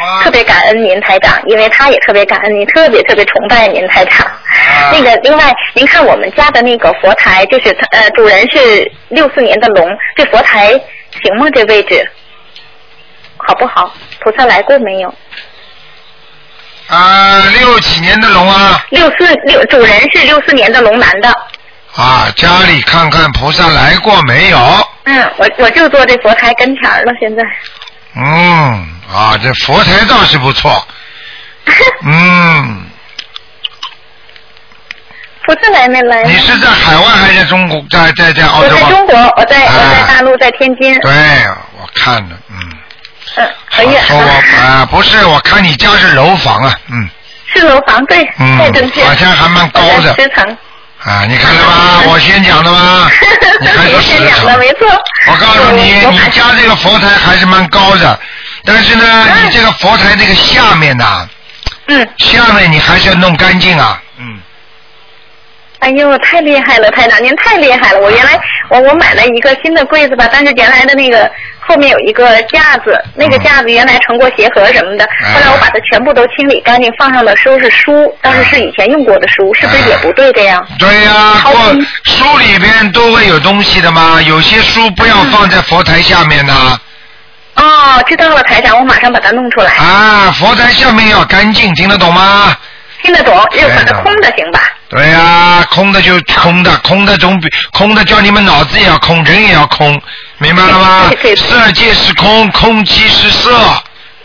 [SPEAKER 1] 好啊
[SPEAKER 3] 特别感恩您台长，因为他也特别感恩您，特别特别崇拜您台长。
[SPEAKER 1] 啊
[SPEAKER 3] 那个，另外您看我们家的那个佛台，就是它呃，主人是六四年的龙，这佛台行吗？这位置好不好？菩萨来过没有？
[SPEAKER 1] 啊，六几年的龙啊，
[SPEAKER 3] 六四六，主人是六四年的龙男的。
[SPEAKER 1] 啊，家里看看菩萨来过没有？
[SPEAKER 3] 嗯，我我就坐这佛台跟前儿了，现在。
[SPEAKER 1] 嗯，啊，这佛台倒是不错，嗯，
[SPEAKER 3] 菩萨来没来呢？
[SPEAKER 1] 你是在海外还是在中国，在在在澳
[SPEAKER 3] 我
[SPEAKER 1] 洲
[SPEAKER 3] 在
[SPEAKER 1] 啊？
[SPEAKER 3] 中国，我在、我
[SPEAKER 1] 啊
[SPEAKER 3] 在大陆，在天津。
[SPEAKER 1] 对，我看了，嗯。
[SPEAKER 3] 嗯，
[SPEAKER 1] 好
[SPEAKER 3] 很远
[SPEAKER 1] 说我
[SPEAKER 3] 啊，
[SPEAKER 1] 啊，不是，我看你家是楼房啊，嗯
[SPEAKER 3] 是楼房对，
[SPEAKER 1] 嗯
[SPEAKER 3] 太正确。
[SPEAKER 1] 好像还蛮高的
[SPEAKER 3] 我在十层。
[SPEAKER 1] 啊，你看了 吧？我先讲的吧，你还说实
[SPEAKER 3] 您先讲
[SPEAKER 1] 诚
[SPEAKER 3] 的，没错。嗯
[SPEAKER 1] 我告诉你，
[SPEAKER 3] 我我
[SPEAKER 1] 你
[SPEAKER 3] 买
[SPEAKER 1] 家这个佛台还是蛮高的，但是呢，
[SPEAKER 3] 嗯
[SPEAKER 1] 你这个佛台这个下面呐、
[SPEAKER 3] 嗯，
[SPEAKER 1] 下面你还是要弄干净啊，嗯，
[SPEAKER 3] 哎呦，太厉害了，台长，您太厉害了！我原来我我买了一个新的柜子吧，但是原来的那个后面有一个架子，那个
[SPEAKER 1] 嗯
[SPEAKER 3] 架子原来盛过鞋盒什么的，
[SPEAKER 1] 哎
[SPEAKER 3] 后来我把它全部都清理干净，放上了收拾书，但是是以前用过的书，是不是也不对这样？
[SPEAKER 1] 对呀、
[SPEAKER 3] 好
[SPEAKER 1] 过
[SPEAKER 3] 嗯
[SPEAKER 1] 书里边都会有东西的嘛，有些书不
[SPEAKER 3] 嗯
[SPEAKER 1] 要放在佛台下面呐、
[SPEAKER 3] 哦，知道了，台长，我马上把它弄出来，
[SPEAKER 1] 哎啊，佛台下面要干净，听得懂吗？
[SPEAKER 3] 听得懂，就把它空的行吧？
[SPEAKER 1] 对呀、空的就空的，空的总比空的叫你们脑子也要空，人也要空，明白了吗
[SPEAKER 3] 对对？对
[SPEAKER 1] 色界是空，空即是 色，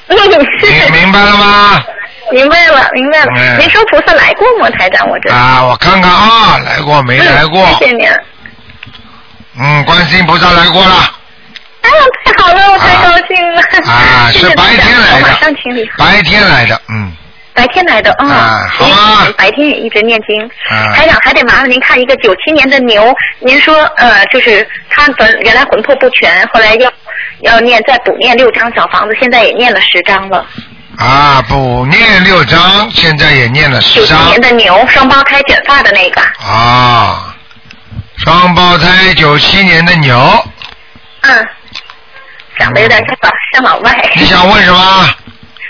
[SPEAKER 3] 嗯，
[SPEAKER 1] 你
[SPEAKER 3] 是。
[SPEAKER 1] 明白了吗？
[SPEAKER 3] 明白了，明白
[SPEAKER 1] 嗯
[SPEAKER 3] 了。您说菩萨来过吗，台长？我这
[SPEAKER 1] 啊，我看看啊，来过没来过？
[SPEAKER 3] 嗯谢谢您。
[SPEAKER 1] 嗯，观世音菩萨来过了，
[SPEAKER 3] 哎呀，太好了，我太高兴了。
[SPEAKER 1] 啊，
[SPEAKER 3] 谢谢
[SPEAKER 1] 是白
[SPEAKER 3] 台长
[SPEAKER 1] 天来
[SPEAKER 3] 我马上
[SPEAKER 1] 的
[SPEAKER 3] 清理，好。
[SPEAKER 1] 白天来的，嗯，
[SPEAKER 3] 白天来的，嗯。
[SPEAKER 1] 啊好啊
[SPEAKER 3] 白天也一直念经。
[SPEAKER 1] 啊
[SPEAKER 3] 台长还得麻烦您看一个九七年的牛，您说呃，就是他本原来魂魄不全，后来要要念再补念六张小房子，现在也念了十张了。
[SPEAKER 1] 啊，不念六章，现在也念了
[SPEAKER 3] 九
[SPEAKER 1] 十
[SPEAKER 3] 七
[SPEAKER 1] 章
[SPEAKER 3] 年的牛，双胞胎卷发的那个，
[SPEAKER 1] 啊，双胞胎九七年的牛，
[SPEAKER 3] 嗯，长得有点像老像老外。
[SPEAKER 1] 你想问什么？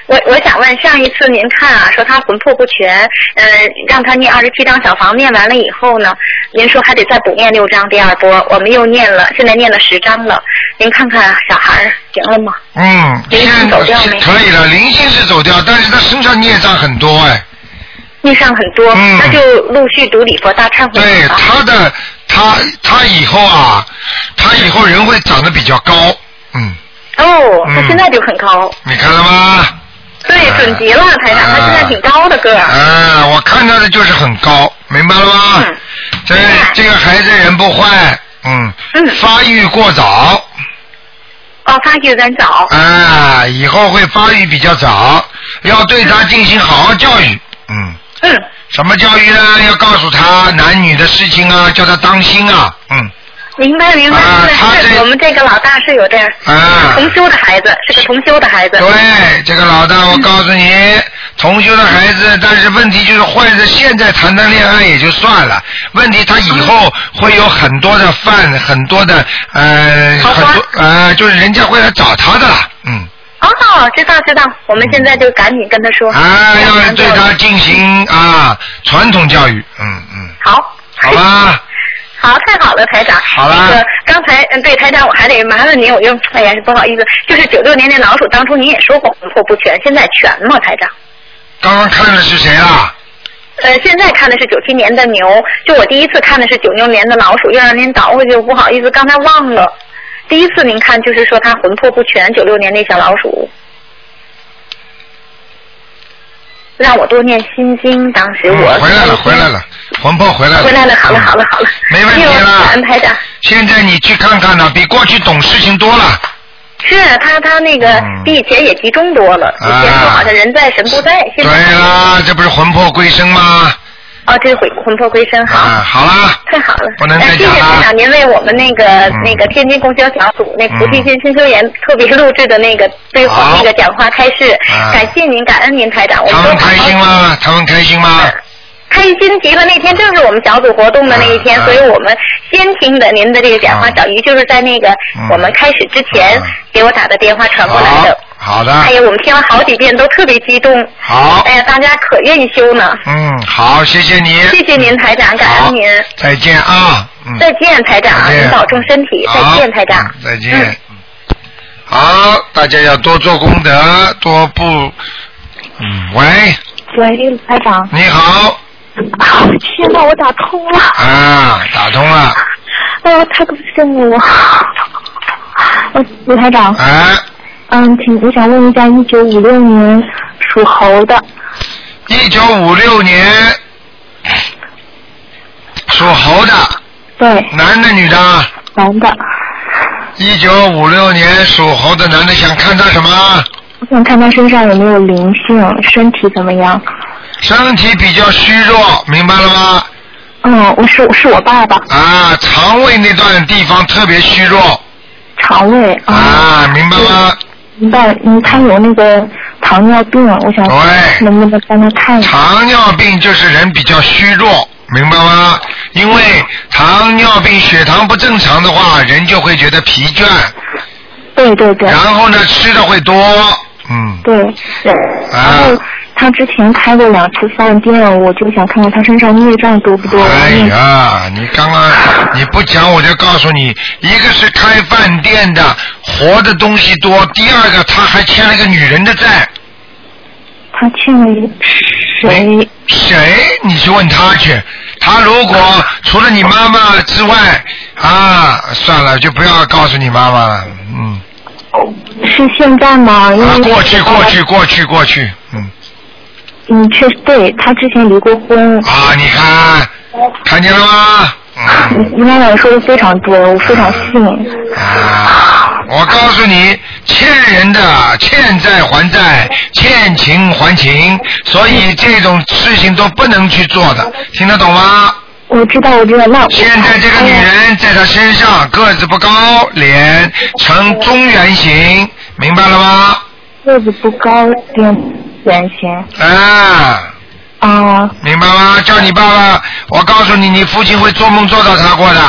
[SPEAKER 3] 我我想问，上一次您看啊，说他魂魄不全，嗯、让他念二十七张小房，念完了以后呢，您说还得再补念六张第二波，我们又念了，现在念了十张了，您看看小孩儿行了吗？
[SPEAKER 1] 嗯，
[SPEAKER 3] 灵性
[SPEAKER 1] 现
[SPEAKER 3] 走掉没
[SPEAKER 1] 可以了，灵性是走掉，但是他身上孽障很多哎。
[SPEAKER 3] 念上很多，
[SPEAKER 1] 嗯
[SPEAKER 3] 那就陆续读礼佛大忏悔
[SPEAKER 1] 对
[SPEAKER 3] 文吧。
[SPEAKER 1] 他的，他他以后啊，他以后人会长得比较高，嗯，
[SPEAKER 3] 哦，他
[SPEAKER 1] 嗯
[SPEAKER 3] 现在就很高，
[SPEAKER 1] 你看了吗？
[SPEAKER 3] 对，
[SPEAKER 1] 啊
[SPEAKER 3] 准极了，台长，他现在挺高的个儿。
[SPEAKER 1] 啊，我看到的就是很高，明白了吗？
[SPEAKER 3] 嗯
[SPEAKER 1] 这
[SPEAKER 3] 明白
[SPEAKER 1] 这个孩子人不坏，嗯，
[SPEAKER 3] 嗯
[SPEAKER 1] 发育过早，
[SPEAKER 3] 哦，发育有点早。
[SPEAKER 1] 啊，以后会发育比较早，要对他进行好好教育，嗯。
[SPEAKER 3] 嗯，
[SPEAKER 1] 什么教育呢？要告诉他男女的事情啊，叫他当心啊，嗯，
[SPEAKER 3] 明白明白，
[SPEAKER 1] 啊
[SPEAKER 3] 是
[SPEAKER 1] 他
[SPEAKER 3] 是
[SPEAKER 1] 这
[SPEAKER 3] 我们这个老大是有这样，
[SPEAKER 1] 啊
[SPEAKER 3] 同修的孩子，哎是个同修的孩子。
[SPEAKER 1] 对，这个老大，我告诉你，同修的孩子，但是问题就是坏着现在谈谈恋爱也就算了，问题他以
[SPEAKER 3] 嗯
[SPEAKER 1] 后会有很多的犯，很多的呃，
[SPEAKER 3] 桃
[SPEAKER 1] 很
[SPEAKER 3] 花
[SPEAKER 1] 多呃，就是人家会来找他的啦，嗯，
[SPEAKER 3] 哦，知道知道，我们现在就赶紧跟他说。
[SPEAKER 1] 啊，
[SPEAKER 3] 这样
[SPEAKER 1] 要
[SPEAKER 3] 能
[SPEAKER 1] 对
[SPEAKER 3] 够
[SPEAKER 1] 他进行啊传统教育，嗯嗯，
[SPEAKER 3] 好。
[SPEAKER 1] 好吧，
[SPEAKER 3] 好，太好了，台长。
[SPEAKER 1] 好啦
[SPEAKER 3] 那个刚才，嗯，对，台长，我还得麻烦您，我又，哎呀，不好意思，就是九六年的老鼠，当初您也说过魂魄不全，现在全吗，台长？
[SPEAKER 1] 刚刚看的是谁啊？
[SPEAKER 3] 呃，现在看的是九七年的牛，就我第一次看的是九六年的老鼠，又让您倒回去，我不好意思，刚才忘了。第一次您看就是说它魂魄不全，九六年那小老鼠，让我多念心经。当时我、
[SPEAKER 1] 嗯
[SPEAKER 3] 嗯
[SPEAKER 1] 回来了，回来了，魂魄回来了。
[SPEAKER 3] 回来了，好了，好了，好了，
[SPEAKER 1] 没问题
[SPEAKER 3] 哎呦
[SPEAKER 1] 了
[SPEAKER 3] 感恩台长。
[SPEAKER 1] 现在你去看看呢、比过去懂事情多了。
[SPEAKER 3] 是他，他那个
[SPEAKER 1] 嗯
[SPEAKER 3] 比以前也集中多了。以前说好像人在神不在，
[SPEAKER 1] 啊对
[SPEAKER 3] 现在
[SPEAKER 1] 啦，这不是魂魄归生吗？
[SPEAKER 3] 哦，这回魂魄归身嗯好。
[SPEAKER 1] 啊，好啦，
[SPEAKER 3] 太好了，
[SPEAKER 1] 不能再
[SPEAKER 3] 哎谢
[SPEAKER 1] 讲
[SPEAKER 3] 谢台
[SPEAKER 1] 了
[SPEAKER 3] 长，。您为我们那个、
[SPEAKER 1] 嗯
[SPEAKER 3] 那个天津供销小组那菩提
[SPEAKER 1] 嗯
[SPEAKER 3] 心新修研特别录制的那个对话
[SPEAKER 1] 好
[SPEAKER 3] 那个讲话开示，
[SPEAKER 1] 啊
[SPEAKER 3] 感谢您，感恩您台长，我
[SPEAKER 1] 他
[SPEAKER 3] 们都
[SPEAKER 1] 们开心吗？他们开心吗？
[SPEAKER 3] 开心极了，那天正是我们小组活动的那一天，
[SPEAKER 1] 啊
[SPEAKER 3] 所以我们先听的您的这个讲话。
[SPEAKER 1] 啊
[SPEAKER 3] 小鱼就是在那个、
[SPEAKER 1] 嗯
[SPEAKER 3] 我们开始之前
[SPEAKER 1] 啊
[SPEAKER 3] 给我打的电话传过来
[SPEAKER 1] 好
[SPEAKER 3] 的。，
[SPEAKER 1] 好的，
[SPEAKER 3] 哎呀，我们听了好几遍，都特别激动。
[SPEAKER 1] 好
[SPEAKER 3] 哎，呀，大家可愿意修呢。
[SPEAKER 1] 嗯，好，谢谢你，
[SPEAKER 3] 谢谢您，台长，感
[SPEAKER 1] 嗯好
[SPEAKER 3] 恩您。
[SPEAKER 1] 再见啊，嗯，
[SPEAKER 3] 再见，台长，啊
[SPEAKER 1] 再见
[SPEAKER 3] 您保重身体。
[SPEAKER 1] 好
[SPEAKER 3] 再见，台长。
[SPEAKER 1] 嗯再见。好，大家要多做功德，多不，嗯，喂，
[SPEAKER 6] 喂，台长，
[SPEAKER 1] 你好，
[SPEAKER 6] 啊，天哪，我打通了，
[SPEAKER 1] 啊，打通了，
[SPEAKER 6] 哎呦，太感谢你了。呃，卢台长，
[SPEAKER 1] 哎，
[SPEAKER 6] 嗯，请我想问一下，一九五六年属猴的，
[SPEAKER 1] 一九五六年属猴的，
[SPEAKER 6] 对，
[SPEAKER 1] 男的女的？
[SPEAKER 6] 男的，
[SPEAKER 1] 一九五六年属猴的男的想看他什么？
[SPEAKER 6] 我想看他身上有没有灵性，身体怎么样？
[SPEAKER 1] 身体比较虚弱，明白了吗？
[SPEAKER 6] 嗯，我是是我爸爸，
[SPEAKER 1] 啊，肠胃那段地方特别虚弱
[SPEAKER 6] 肠胃啊，
[SPEAKER 1] 啊，明白吗？
[SPEAKER 6] 明白，嗯，他有那个糖尿病，我想
[SPEAKER 1] 对
[SPEAKER 6] 能不能帮他看一下？
[SPEAKER 1] 糖尿病就是人比较虚弱，明白吗？因为糖尿病血糖不正常的话，人就会觉得疲倦，
[SPEAKER 6] 对对对。
[SPEAKER 1] 然后呢吃的会多，嗯，
[SPEAKER 6] 对，然
[SPEAKER 1] 啊
[SPEAKER 6] 后他之前开过两次饭店，我就想看看他身上孽障多不多。
[SPEAKER 1] 哎呀，你刚刚你不讲，我就告诉你，一个是开饭店的活的东西多，第二个他还欠了一个女人的债。
[SPEAKER 6] 他欠了谁？
[SPEAKER 1] 哎谁？你去问他去。他如果除了你妈妈之外，啊，算了，就不要告诉你妈妈了。嗯，
[SPEAKER 6] 是现在吗？因为、
[SPEAKER 1] 啊，过去，过去，。过去，过去。嗯，
[SPEAKER 6] 嗯，确实对，他之前离过婚。
[SPEAKER 1] 啊，你看，看见了吗？嗯。
[SPEAKER 6] 应该来说的非常对，我非常信。
[SPEAKER 1] 啊！我告诉你，欠人的欠债还债，欠情还情，所以这种事情都不能去做的，听得懂吗？
[SPEAKER 6] 我知道，我知道。那我哎
[SPEAKER 1] 现在这个女人在她身上个子不高，脸呈中圆形，明白了吗？
[SPEAKER 6] 个子不高，点圆形
[SPEAKER 1] 啊，
[SPEAKER 6] 啊，
[SPEAKER 1] 明白吗？叫你爸爸，我告诉你，你父亲会做梦做到她过的。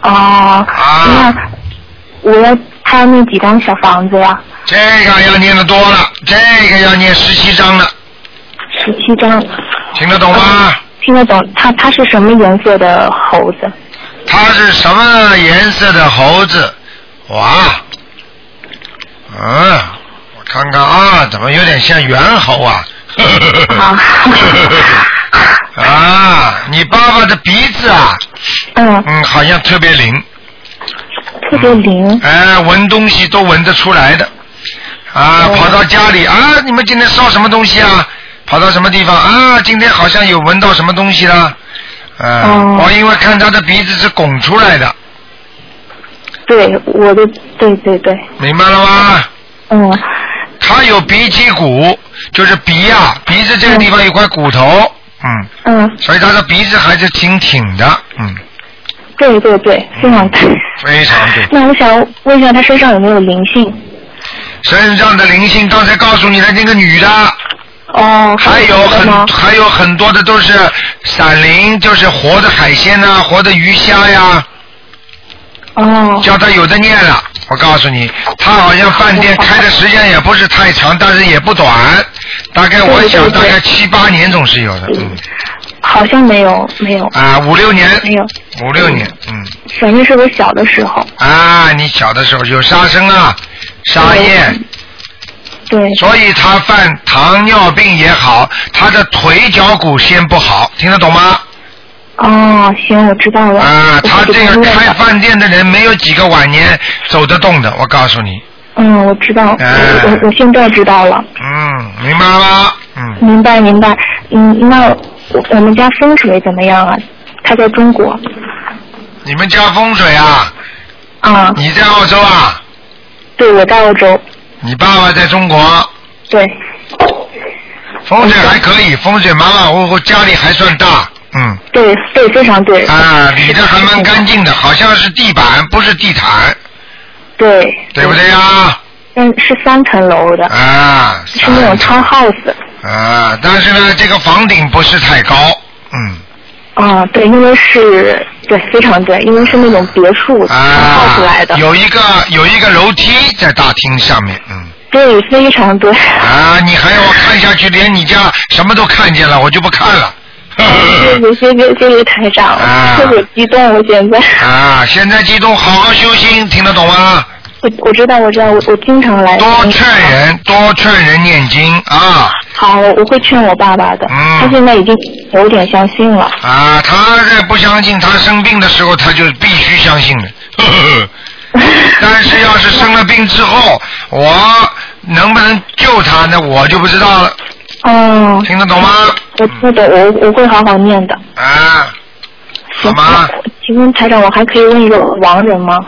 [SPEAKER 6] 啊，
[SPEAKER 1] 啊
[SPEAKER 6] 那我要他那几张小房子呀，
[SPEAKER 1] 这个要念的多了，这个要念十七章了，
[SPEAKER 6] 十七张。
[SPEAKER 1] 听得懂吗？
[SPEAKER 6] 听得懂，它它是什么颜色的猴子？
[SPEAKER 1] 它是什么颜色的猴子？哇，嗯，我看看啊，怎么有点像猿猴啊？
[SPEAKER 6] 啊
[SPEAKER 1] 啊，你爸爸的鼻子啊，
[SPEAKER 6] 嗯，
[SPEAKER 1] 嗯，好像特别灵，
[SPEAKER 6] 特别灵。
[SPEAKER 1] 哎，闻东西都闻得出来的。啊，
[SPEAKER 6] 哦
[SPEAKER 1] 跑到家里啊，你们今天烧什么东西啊？跑到什么地方啊？今天好像有闻到什么东西啦？啊，
[SPEAKER 6] 哦
[SPEAKER 1] 我因为看他的鼻子是拱出来的，
[SPEAKER 6] 对，我的，对对对，
[SPEAKER 1] 明白了吗？
[SPEAKER 6] 嗯，
[SPEAKER 1] 他有鼻脊骨，就是鼻呀、鼻子这个地方有块骨头，嗯，
[SPEAKER 6] 嗯，
[SPEAKER 1] 所以他的鼻子还是挺挺的，嗯，
[SPEAKER 6] 对对对，非常对。
[SPEAKER 1] 非常对。
[SPEAKER 6] 那我想问一下，他身上有没有灵性？
[SPEAKER 1] 身上的灵性，刚才告诉你的那个女的，
[SPEAKER 6] 哦，
[SPEAKER 1] 还有
[SPEAKER 6] 别的吗
[SPEAKER 1] 很？还有很多的都是散灵，就是活的海鲜呐、活的鱼虾呀，
[SPEAKER 6] 哦，
[SPEAKER 1] 叫他有的念了。我告诉你，他好像饭
[SPEAKER 6] 哦
[SPEAKER 1] 店开的时间也不是太长，但是也不短，大概我想
[SPEAKER 6] 对对
[SPEAKER 1] 大
[SPEAKER 6] 对
[SPEAKER 1] 概七八年总是有的，嗯，
[SPEAKER 6] 好像没有，没有，
[SPEAKER 1] 啊，五六年，
[SPEAKER 6] 没有，
[SPEAKER 1] 五六年，嗯。
[SPEAKER 6] 反正是我小的时候。
[SPEAKER 1] 啊，你小的时候有杀生啊，杀业，
[SPEAKER 6] 对，
[SPEAKER 1] 所以他犯糖尿病也好，他的腿脚骨先不好，听得懂吗？
[SPEAKER 6] 哦，行，我知道了。
[SPEAKER 1] 啊，
[SPEAKER 6] 我
[SPEAKER 1] 他
[SPEAKER 6] 给
[SPEAKER 1] 这
[SPEAKER 6] 他
[SPEAKER 1] 个
[SPEAKER 6] 念
[SPEAKER 1] 开
[SPEAKER 6] 了
[SPEAKER 1] 饭店的人没有几个晚年走得动的，我告诉你。
[SPEAKER 6] 嗯，我知道，
[SPEAKER 1] 哎
[SPEAKER 6] 我我我现在知道了，
[SPEAKER 1] 嗯，明白了吗？嗯，
[SPEAKER 6] 明白明白。嗯，那我我们家风水怎么样啊？他在中国
[SPEAKER 1] 你们家风水啊？
[SPEAKER 6] 啊，
[SPEAKER 1] 你在澳洲啊？
[SPEAKER 6] 对，我在澳洲，
[SPEAKER 1] 你爸爸在中国？
[SPEAKER 6] 对，
[SPEAKER 1] 风水还可以，风水马马虎虎，家里还算大。嗯，
[SPEAKER 6] 对对，非常对，
[SPEAKER 1] 啊，理的还蛮干净的，好像是地板，不是地毯，
[SPEAKER 6] 对，
[SPEAKER 1] 对不对呀？
[SPEAKER 6] 嗯，是三层楼的，
[SPEAKER 1] 啊，
[SPEAKER 6] 是那种 town house。
[SPEAKER 1] 啊，但是呢，这个房顶不是太高，嗯，
[SPEAKER 6] 啊，对，因为是，对，非常对，因为是那种别墅
[SPEAKER 1] 啊
[SPEAKER 6] 套出来的，，
[SPEAKER 1] 有一个有一个楼梯在大厅上面，嗯，
[SPEAKER 6] 对，非常对。
[SPEAKER 1] 啊，你还要我看下去，连你家什么都看见了，我就不看了。
[SPEAKER 6] 谢谢谢谢谢谢台长
[SPEAKER 1] 啊，
[SPEAKER 6] 特别激动，我现在，
[SPEAKER 1] 啊，现在激动，好好修心，听得懂吗？
[SPEAKER 6] 我我知道我知道，我我经常来。
[SPEAKER 1] 多劝人，啊多劝人念经啊
[SPEAKER 6] 好，我会劝我爸爸的，
[SPEAKER 1] 嗯
[SPEAKER 6] 他现在已经有点相信了。
[SPEAKER 1] 啊！他在不相信，他生病的时候他就必须相信 的。呵呵呵但是要是生了病之后，我能不能救他呢？我就不知道了，
[SPEAKER 6] 哦，
[SPEAKER 1] 听得懂吗？
[SPEAKER 6] 我知道，我我会好好念的。
[SPEAKER 1] 啊，好
[SPEAKER 6] 行
[SPEAKER 1] 吗？
[SPEAKER 6] 请问台长，我还可以问一个亡人吗？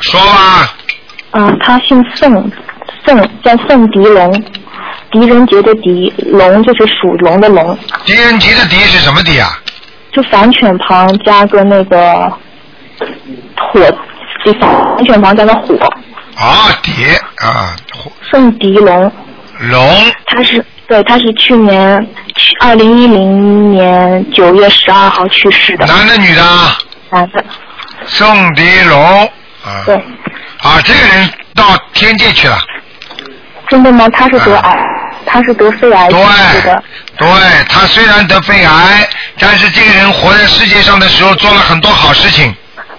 [SPEAKER 1] 说吧，
[SPEAKER 6] 啊，他姓宋，宋叫宋迪龙，狄仁杰的狄，龙就是属龙的龙，
[SPEAKER 1] 狄仁杰的狄是什么狄啊？
[SPEAKER 6] 就反犬旁加个那个火，就反犬旁加个火，
[SPEAKER 1] 啊，狄啊，
[SPEAKER 6] 宋迪龙，
[SPEAKER 1] 龙
[SPEAKER 6] 他是对，他是去年去二零一零年九月十二号去世的，
[SPEAKER 1] 男的女的啊？
[SPEAKER 6] 男的，
[SPEAKER 1] 宋迪龙啊。
[SPEAKER 6] 对，
[SPEAKER 1] 啊，这个人到天界去了。
[SPEAKER 6] 真的吗？他是得
[SPEAKER 1] 啊
[SPEAKER 6] 癌，他是得肺癌去世
[SPEAKER 1] 对
[SPEAKER 6] 的，，
[SPEAKER 1] 对他虽然得肺癌，但是这个人活在世界上的时候做了很多好事情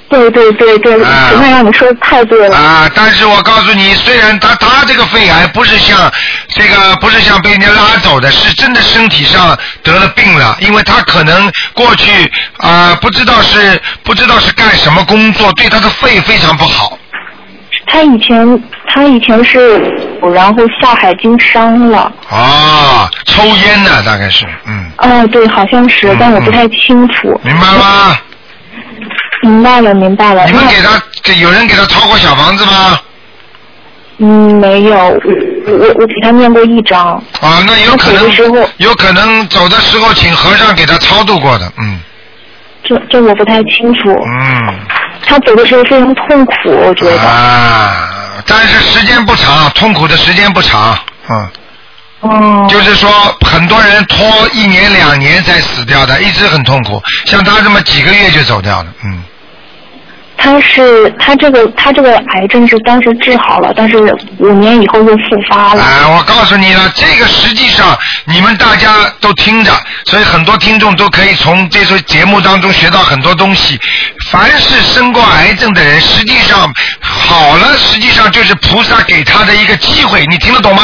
[SPEAKER 6] 对对对对，
[SPEAKER 1] 啊
[SPEAKER 6] 陈太让你说的太对了，
[SPEAKER 1] 啊。但是我告诉你，虽然他他这个肺癌不是像这个不是像被人家拉走的，是真的身体上得了病了，因为他可能过去啊、不知道是不知道是干什么工作，对他的肺非常不好。
[SPEAKER 6] 他以前他以前是，然后下海经商了。
[SPEAKER 1] 啊，抽烟呢，大概是，嗯，
[SPEAKER 6] 哦，对，好像是
[SPEAKER 1] 嗯，
[SPEAKER 6] 但我不太清楚。
[SPEAKER 1] 明白吗？
[SPEAKER 6] 明白了，明白了。
[SPEAKER 1] 你们给他给有人给他抄过小房子吗？
[SPEAKER 6] 那嗯，没有，我我我给他念过一张。
[SPEAKER 1] 啊，那有可
[SPEAKER 6] 那走的时
[SPEAKER 1] 能
[SPEAKER 6] 候，
[SPEAKER 1] 有可能走的时候请和尚给他超度过的，嗯
[SPEAKER 6] 这这我不太清楚，
[SPEAKER 1] 嗯，
[SPEAKER 6] 他走的时候非常痛苦，我觉得。
[SPEAKER 1] 啊，但是时间不长，痛苦的时间不长，嗯，
[SPEAKER 6] 哦，
[SPEAKER 1] 就是说很多人拖一年两年才死掉的，一直很痛苦，像他这么几个月就走掉了，嗯，
[SPEAKER 6] 他是他这个他这个癌症是当时治好了，但是五年以后又复发了。
[SPEAKER 1] 啊，我告诉你了，这个实际上你们大家都听着，所以很多听众都可以从这些节目当中学到很多东西。凡是生过癌症的人，实际上好了，实际上就是菩萨给他的一个机会，你听得懂吗？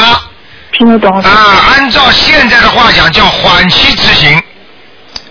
[SPEAKER 6] 听得懂？
[SPEAKER 1] 啊，按照现在的话讲叫缓期执行，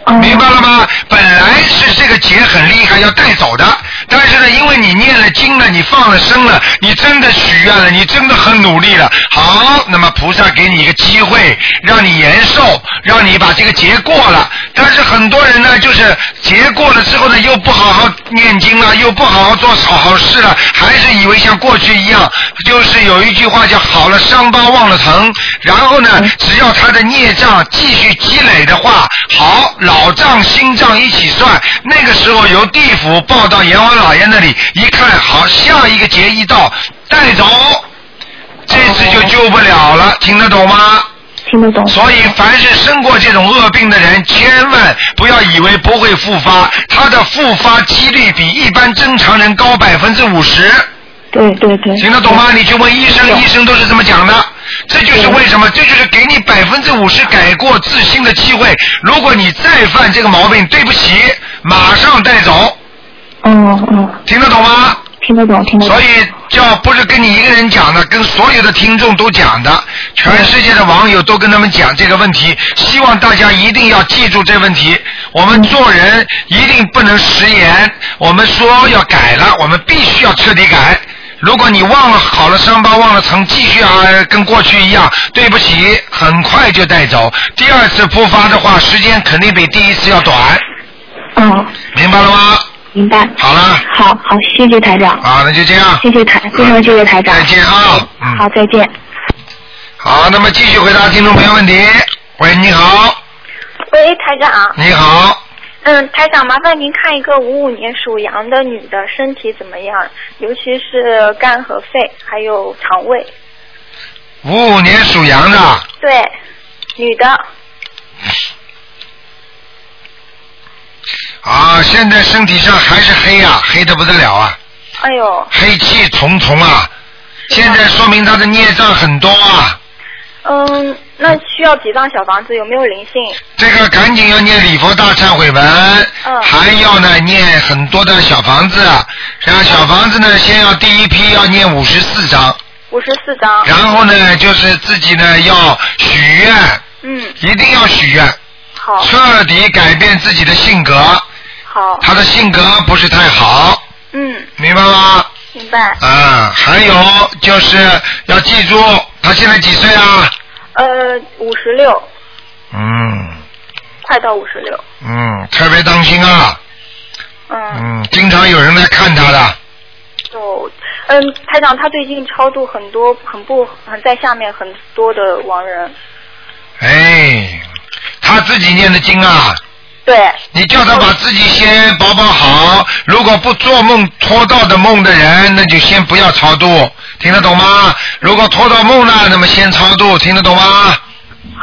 [SPEAKER 6] 嗯
[SPEAKER 1] 啊明白了吗？本来是这个劫很厉害要带走的，但是呢，因为你念了经了，你放了生了，你真的许愿了，你真的很努力了。好，那么菩萨给你一个机会，让你延寿，让你把这个劫过了。但是很多人呢，就是劫过了之后呢，又不好好念经了，又不好好做好好事了，还是以为像过去一样，就是有一句话叫好了伤疤忘了疼。然后呢，只要他的孽障继续积累的话，好，老账新账一起算，那个时候由地府报到阎王老爷那里，一看好，下一个劫一到带走，这次就救不了了，听得懂吗？
[SPEAKER 6] 听得懂。
[SPEAKER 1] 所以，凡是生过这种恶病的人，千万不要以为不会复发，它的复发几率比一般正常人高百分之五十。
[SPEAKER 6] 对对对。
[SPEAKER 1] 听得懂吗？你去问医生，
[SPEAKER 6] 对
[SPEAKER 1] 医生都是这么讲的。这就是为什么，这就是给你百分之五十改过自新的机会。如果你再犯这个毛病，对不起，马上带走。
[SPEAKER 6] 嗯嗯，
[SPEAKER 1] 听得懂吗？
[SPEAKER 6] 听得懂，听得懂
[SPEAKER 1] 所。以叫不是跟你一个人讲的，跟所有的听众都讲的，全世界的网友都跟他们讲这个问题。希望大家一定要记住这问题。我们做人一定不能食言，我们说要改了，我们必须要彻底改。如果你忘了好了伤疤忘了疼，继续啊跟过去一样，对不起，很快就带走。第二次复发的话，时间肯定比第一次要短，
[SPEAKER 6] 嗯，
[SPEAKER 1] 明白了吗？
[SPEAKER 6] 明白。
[SPEAKER 1] 好了，
[SPEAKER 6] 好好，谢谢台长，
[SPEAKER 1] 啊，那就这样，
[SPEAKER 6] 谢谢台，非常谢谢台长。
[SPEAKER 1] 嗯再见啊，嗯。
[SPEAKER 6] 好，再见。
[SPEAKER 1] 好，那么继续回答听众朋友问题。喂，你好，
[SPEAKER 7] 喂，台长，
[SPEAKER 1] 你好，
[SPEAKER 7] 嗯，台长，麻烦您看一个五五年属羊的女的身体怎么样，尤其是肝和肺，还有肠胃。
[SPEAKER 1] 五五年属羊的，
[SPEAKER 7] 对，女的，
[SPEAKER 1] 啊，现在身体上还是黑啊，黑的不得了啊，
[SPEAKER 7] 哎呦，
[SPEAKER 1] 黑气重重啊，现在说明他的孽障很多啊，
[SPEAKER 7] 嗯，那需要几张小房子？有没有灵性？
[SPEAKER 1] 这个赶紧要念礼佛大忏悔文，
[SPEAKER 7] 嗯
[SPEAKER 1] 还要呢念很多的小房子，然后小房子呢先要第一批要念五十四章，
[SPEAKER 7] 五十四
[SPEAKER 3] 嗯
[SPEAKER 7] 张。
[SPEAKER 1] 然后呢就是自己呢要许愿，
[SPEAKER 7] 嗯，
[SPEAKER 1] 一定要许愿，
[SPEAKER 7] 好，
[SPEAKER 1] 彻底改变自己的性格，
[SPEAKER 7] 好，
[SPEAKER 1] 他的性格不是太好，
[SPEAKER 7] 嗯，
[SPEAKER 1] 明白吗？
[SPEAKER 7] 明白。
[SPEAKER 1] 啊，还有就是要记住，他现在几岁啊？
[SPEAKER 7] 呃，五十六，
[SPEAKER 1] 嗯
[SPEAKER 7] 快到五十六。
[SPEAKER 1] 嗯，特别当心啊，
[SPEAKER 7] 嗯，
[SPEAKER 1] 嗯，经常有人来看他的，
[SPEAKER 7] 有，嗯，台长，他最近超度很多，很不，很在下面很多的亡人。
[SPEAKER 1] 哎，他自己念的经啊，
[SPEAKER 7] 对，
[SPEAKER 1] 你叫他把自己先保保好，如果不做梦拖到的梦的人，那就先不要超度，听得懂吗？如果拖到梦了，那么先超度，听得懂吗？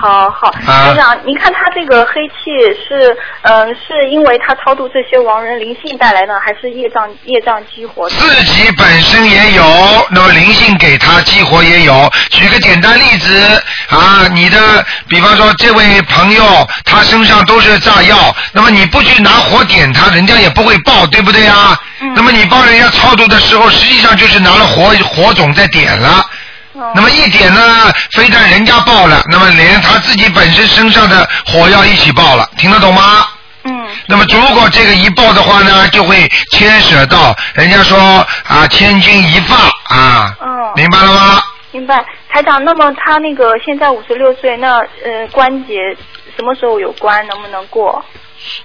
[SPEAKER 7] 好好，台长，您看他这个黑气是，嗯，是因为他超度这些亡人灵性带来呢，还是业障业障激活的？
[SPEAKER 1] 自己本身也有，那么灵性给他激活也有。举个简单例子啊，你的比方说这位朋友，他身上都是炸药，那么你不去拿火点他，人家也不会爆，对不对啊？那么你帮人家超度的时候，实际上就是拿了火火种在点了。那么一点呢，非但人家爆了，那么连他自己本身身上的火药一起爆了，听得懂吗？
[SPEAKER 7] 嗯，
[SPEAKER 1] 那么如果这个一报的话呢，就会牵扯到人家说啊千钧一发啊，
[SPEAKER 7] 嗯
[SPEAKER 1] 明白了吗？
[SPEAKER 7] 明白。台长，那么他那个现在五十六岁，那呃关节什么时候有关，能不能过？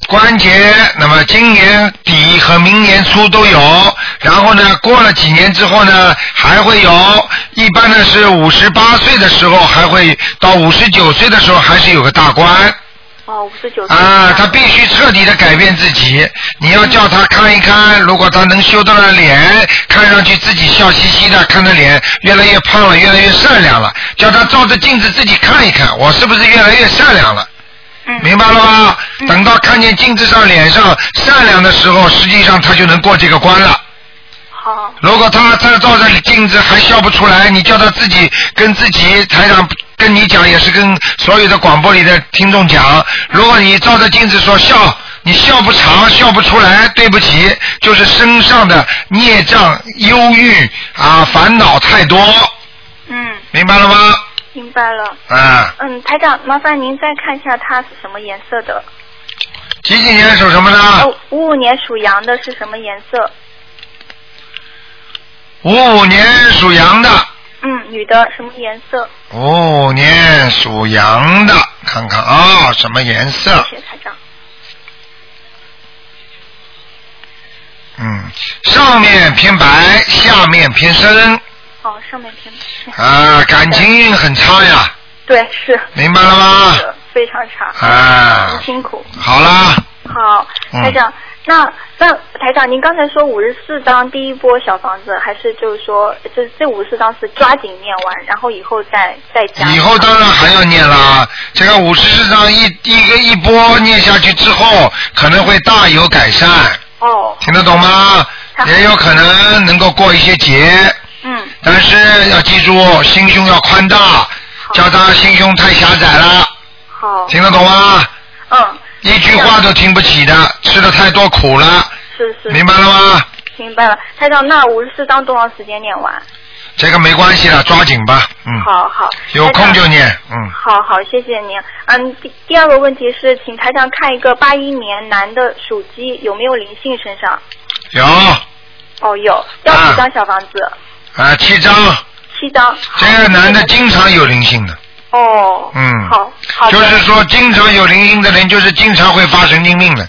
[SPEAKER 1] 关节，那么今年底和明年初都有，然后呢，过了几年之后呢，还会有，一般呢是五十八岁的时候，还会到五十九岁的时候，还是有个大关。
[SPEAKER 7] 哦，五十九岁。
[SPEAKER 1] 啊，他必须彻底的改变自己。你要叫他看一看，如果他能修到了脸，看上去自己笑嘻嘻的，看他脸越来越胖了，越来越善良了，叫他照着镜子自己看一看，我是不是越来越善良了？
[SPEAKER 7] 嗯
[SPEAKER 1] 明白了吗？等到看见镜子上脸上善良的时候，实际上他就能过这个关了。
[SPEAKER 7] 好，
[SPEAKER 1] 如果他在照着镜子还笑不出来，你叫他自己跟自己台长跟你讲，也是跟所有的广播里的听众讲。如果你照着镜子说笑，你笑不长，笑不出来，对不起， 就是身上的孽障、忧郁啊、烦恼太多，
[SPEAKER 7] 嗯，
[SPEAKER 1] 明白了吗？
[SPEAKER 7] 明白了。
[SPEAKER 1] 啊，
[SPEAKER 7] 嗯，台长，麻烦您再看一下他是什么颜色的？
[SPEAKER 1] 几几年属什么呢？
[SPEAKER 7] 哦，五五年属羊的是什么颜色？
[SPEAKER 1] 五五年属羊的，
[SPEAKER 7] 嗯，女的什么颜色？
[SPEAKER 1] 五五年属羊的，看看啊、什么颜色？
[SPEAKER 7] 谢谢台长。
[SPEAKER 1] 嗯，上面偏白，下面偏深
[SPEAKER 7] 哦，上面偏 白。
[SPEAKER 1] 啊，感情运很差呀，
[SPEAKER 7] 对，是。
[SPEAKER 1] 明白了吗？
[SPEAKER 7] 是非常差。
[SPEAKER 1] 啊
[SPEAKER 7] 很，辛苦。
[SPEAKER 1] 好啦，
[SPEAKER 7] 好，
[SPEAKER 1] 嗯
[SPEAKER 7] 台长，那那台长，您刚才说五十四张第一波小房子，还是就是说，这这五十四张是抓紧念完，然后以后再再加。
[SPEAKER 1] 以后当然还要念啦。这个五十四章一一个一波念下去之后，可能会大有改善，
[SPEAKER 7] 哦，
[SPEAKER 1] 听得懂吗？
[SPEAKER 7] 好
[SPEAKER 1] 也有可能能够过一些节，
[SPEAKER 7] 嗯，
[SPEAKER 1] 但是要记住心胸要宽大，叫他心胸太狭窄了，
[SPEAKER 7] 好，
[SPEAKER 1] 听得懂吗？
[SPEAKER 7] 嗯，
[SPEAKER 1] 一句话都听不起的，吃的太多苦了，
[SPEAKER 7] 是是，
[SPEAKER 1] 明白了吗？
[SPEAKER 7] 明白了，台长，那五十四章多长时间念完？
[SPEAKER 1] 这个没关系了，抓紧吧，嗯，
[SPEAKER 7] 好好，
[SPEAKER 1] 有
[SPEAKER 7] 台
[SPEAKER 1] 空
[SPEAKER 7] 长
[SPEAKER 1] 就念，嗯，
[SPEAKER 7] 好好，谢谢您。嗯，第第二个问题是，请台长看一个八一年男的属鸡有没有灵性身上？
[SPEAKER 1] 有啊，
[SPEAKER 7] 哦，有，要几张小房子？
[SPEAKER 1] 七张，
[SPEAKER 7] 七张。
[SPEAKER 1] 啊这个男的经常有灵性的，
[SPEAKER 7] 哦，
[SPEAKER 1] 嗯，
[SPEAKER 7] 好，好的。
[SPEAKER 1] 就是说经常有灵性的人，就是经常会发神经病的，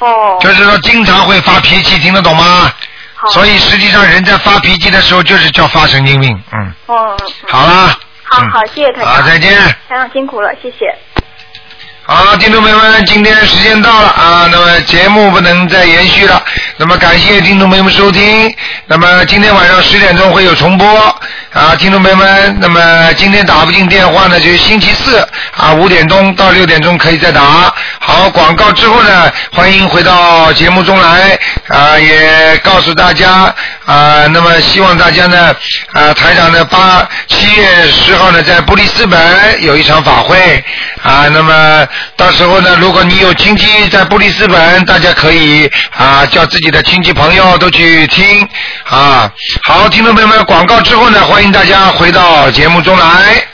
[SPEAKER 7] 哦，
[SPEAKER 1] 就是说经常会发脾气，听得懂吗？
[SPEAKER 7] 好
[SPEAKER 1] 所以实际上人在发脾气的时候，就是叫发神经病，嗯，
[SPEAKER 7] 哦，
[SPEAKER 1] 好啦，
[SPEAKER 7] 好
[SPEAKER 1] 嗯
[SPEAKER 7] 好，谢谢台长。
[SPEAKER 1] 好，再见。
[SPEAKER 7] 台长辛苦了，谢谢。
[SPEAKER 1] 好，听众朋友们，今天时间到了啊，那么节目不能再延续了，那么感谢听众朋友们收听，那么今天晚上十点钟会有重播啊，听众朋友们，那么今天打不进电话呢，就是星期四啊五点钟到六点钟可以再打。好，广告之后呢，欢迎回到节目中来啊，也告诉大家啊，那么希望大家呢啊，台长呢八七月十号呢在布里斯本有一场法会啊，那么到时候呢，如果你有亲戚在布里斯本，大家可以啊叫自己的亲戚朋友都去听啊。好，听众朋友们，广告之后呢，欢迎大家回到节目中来。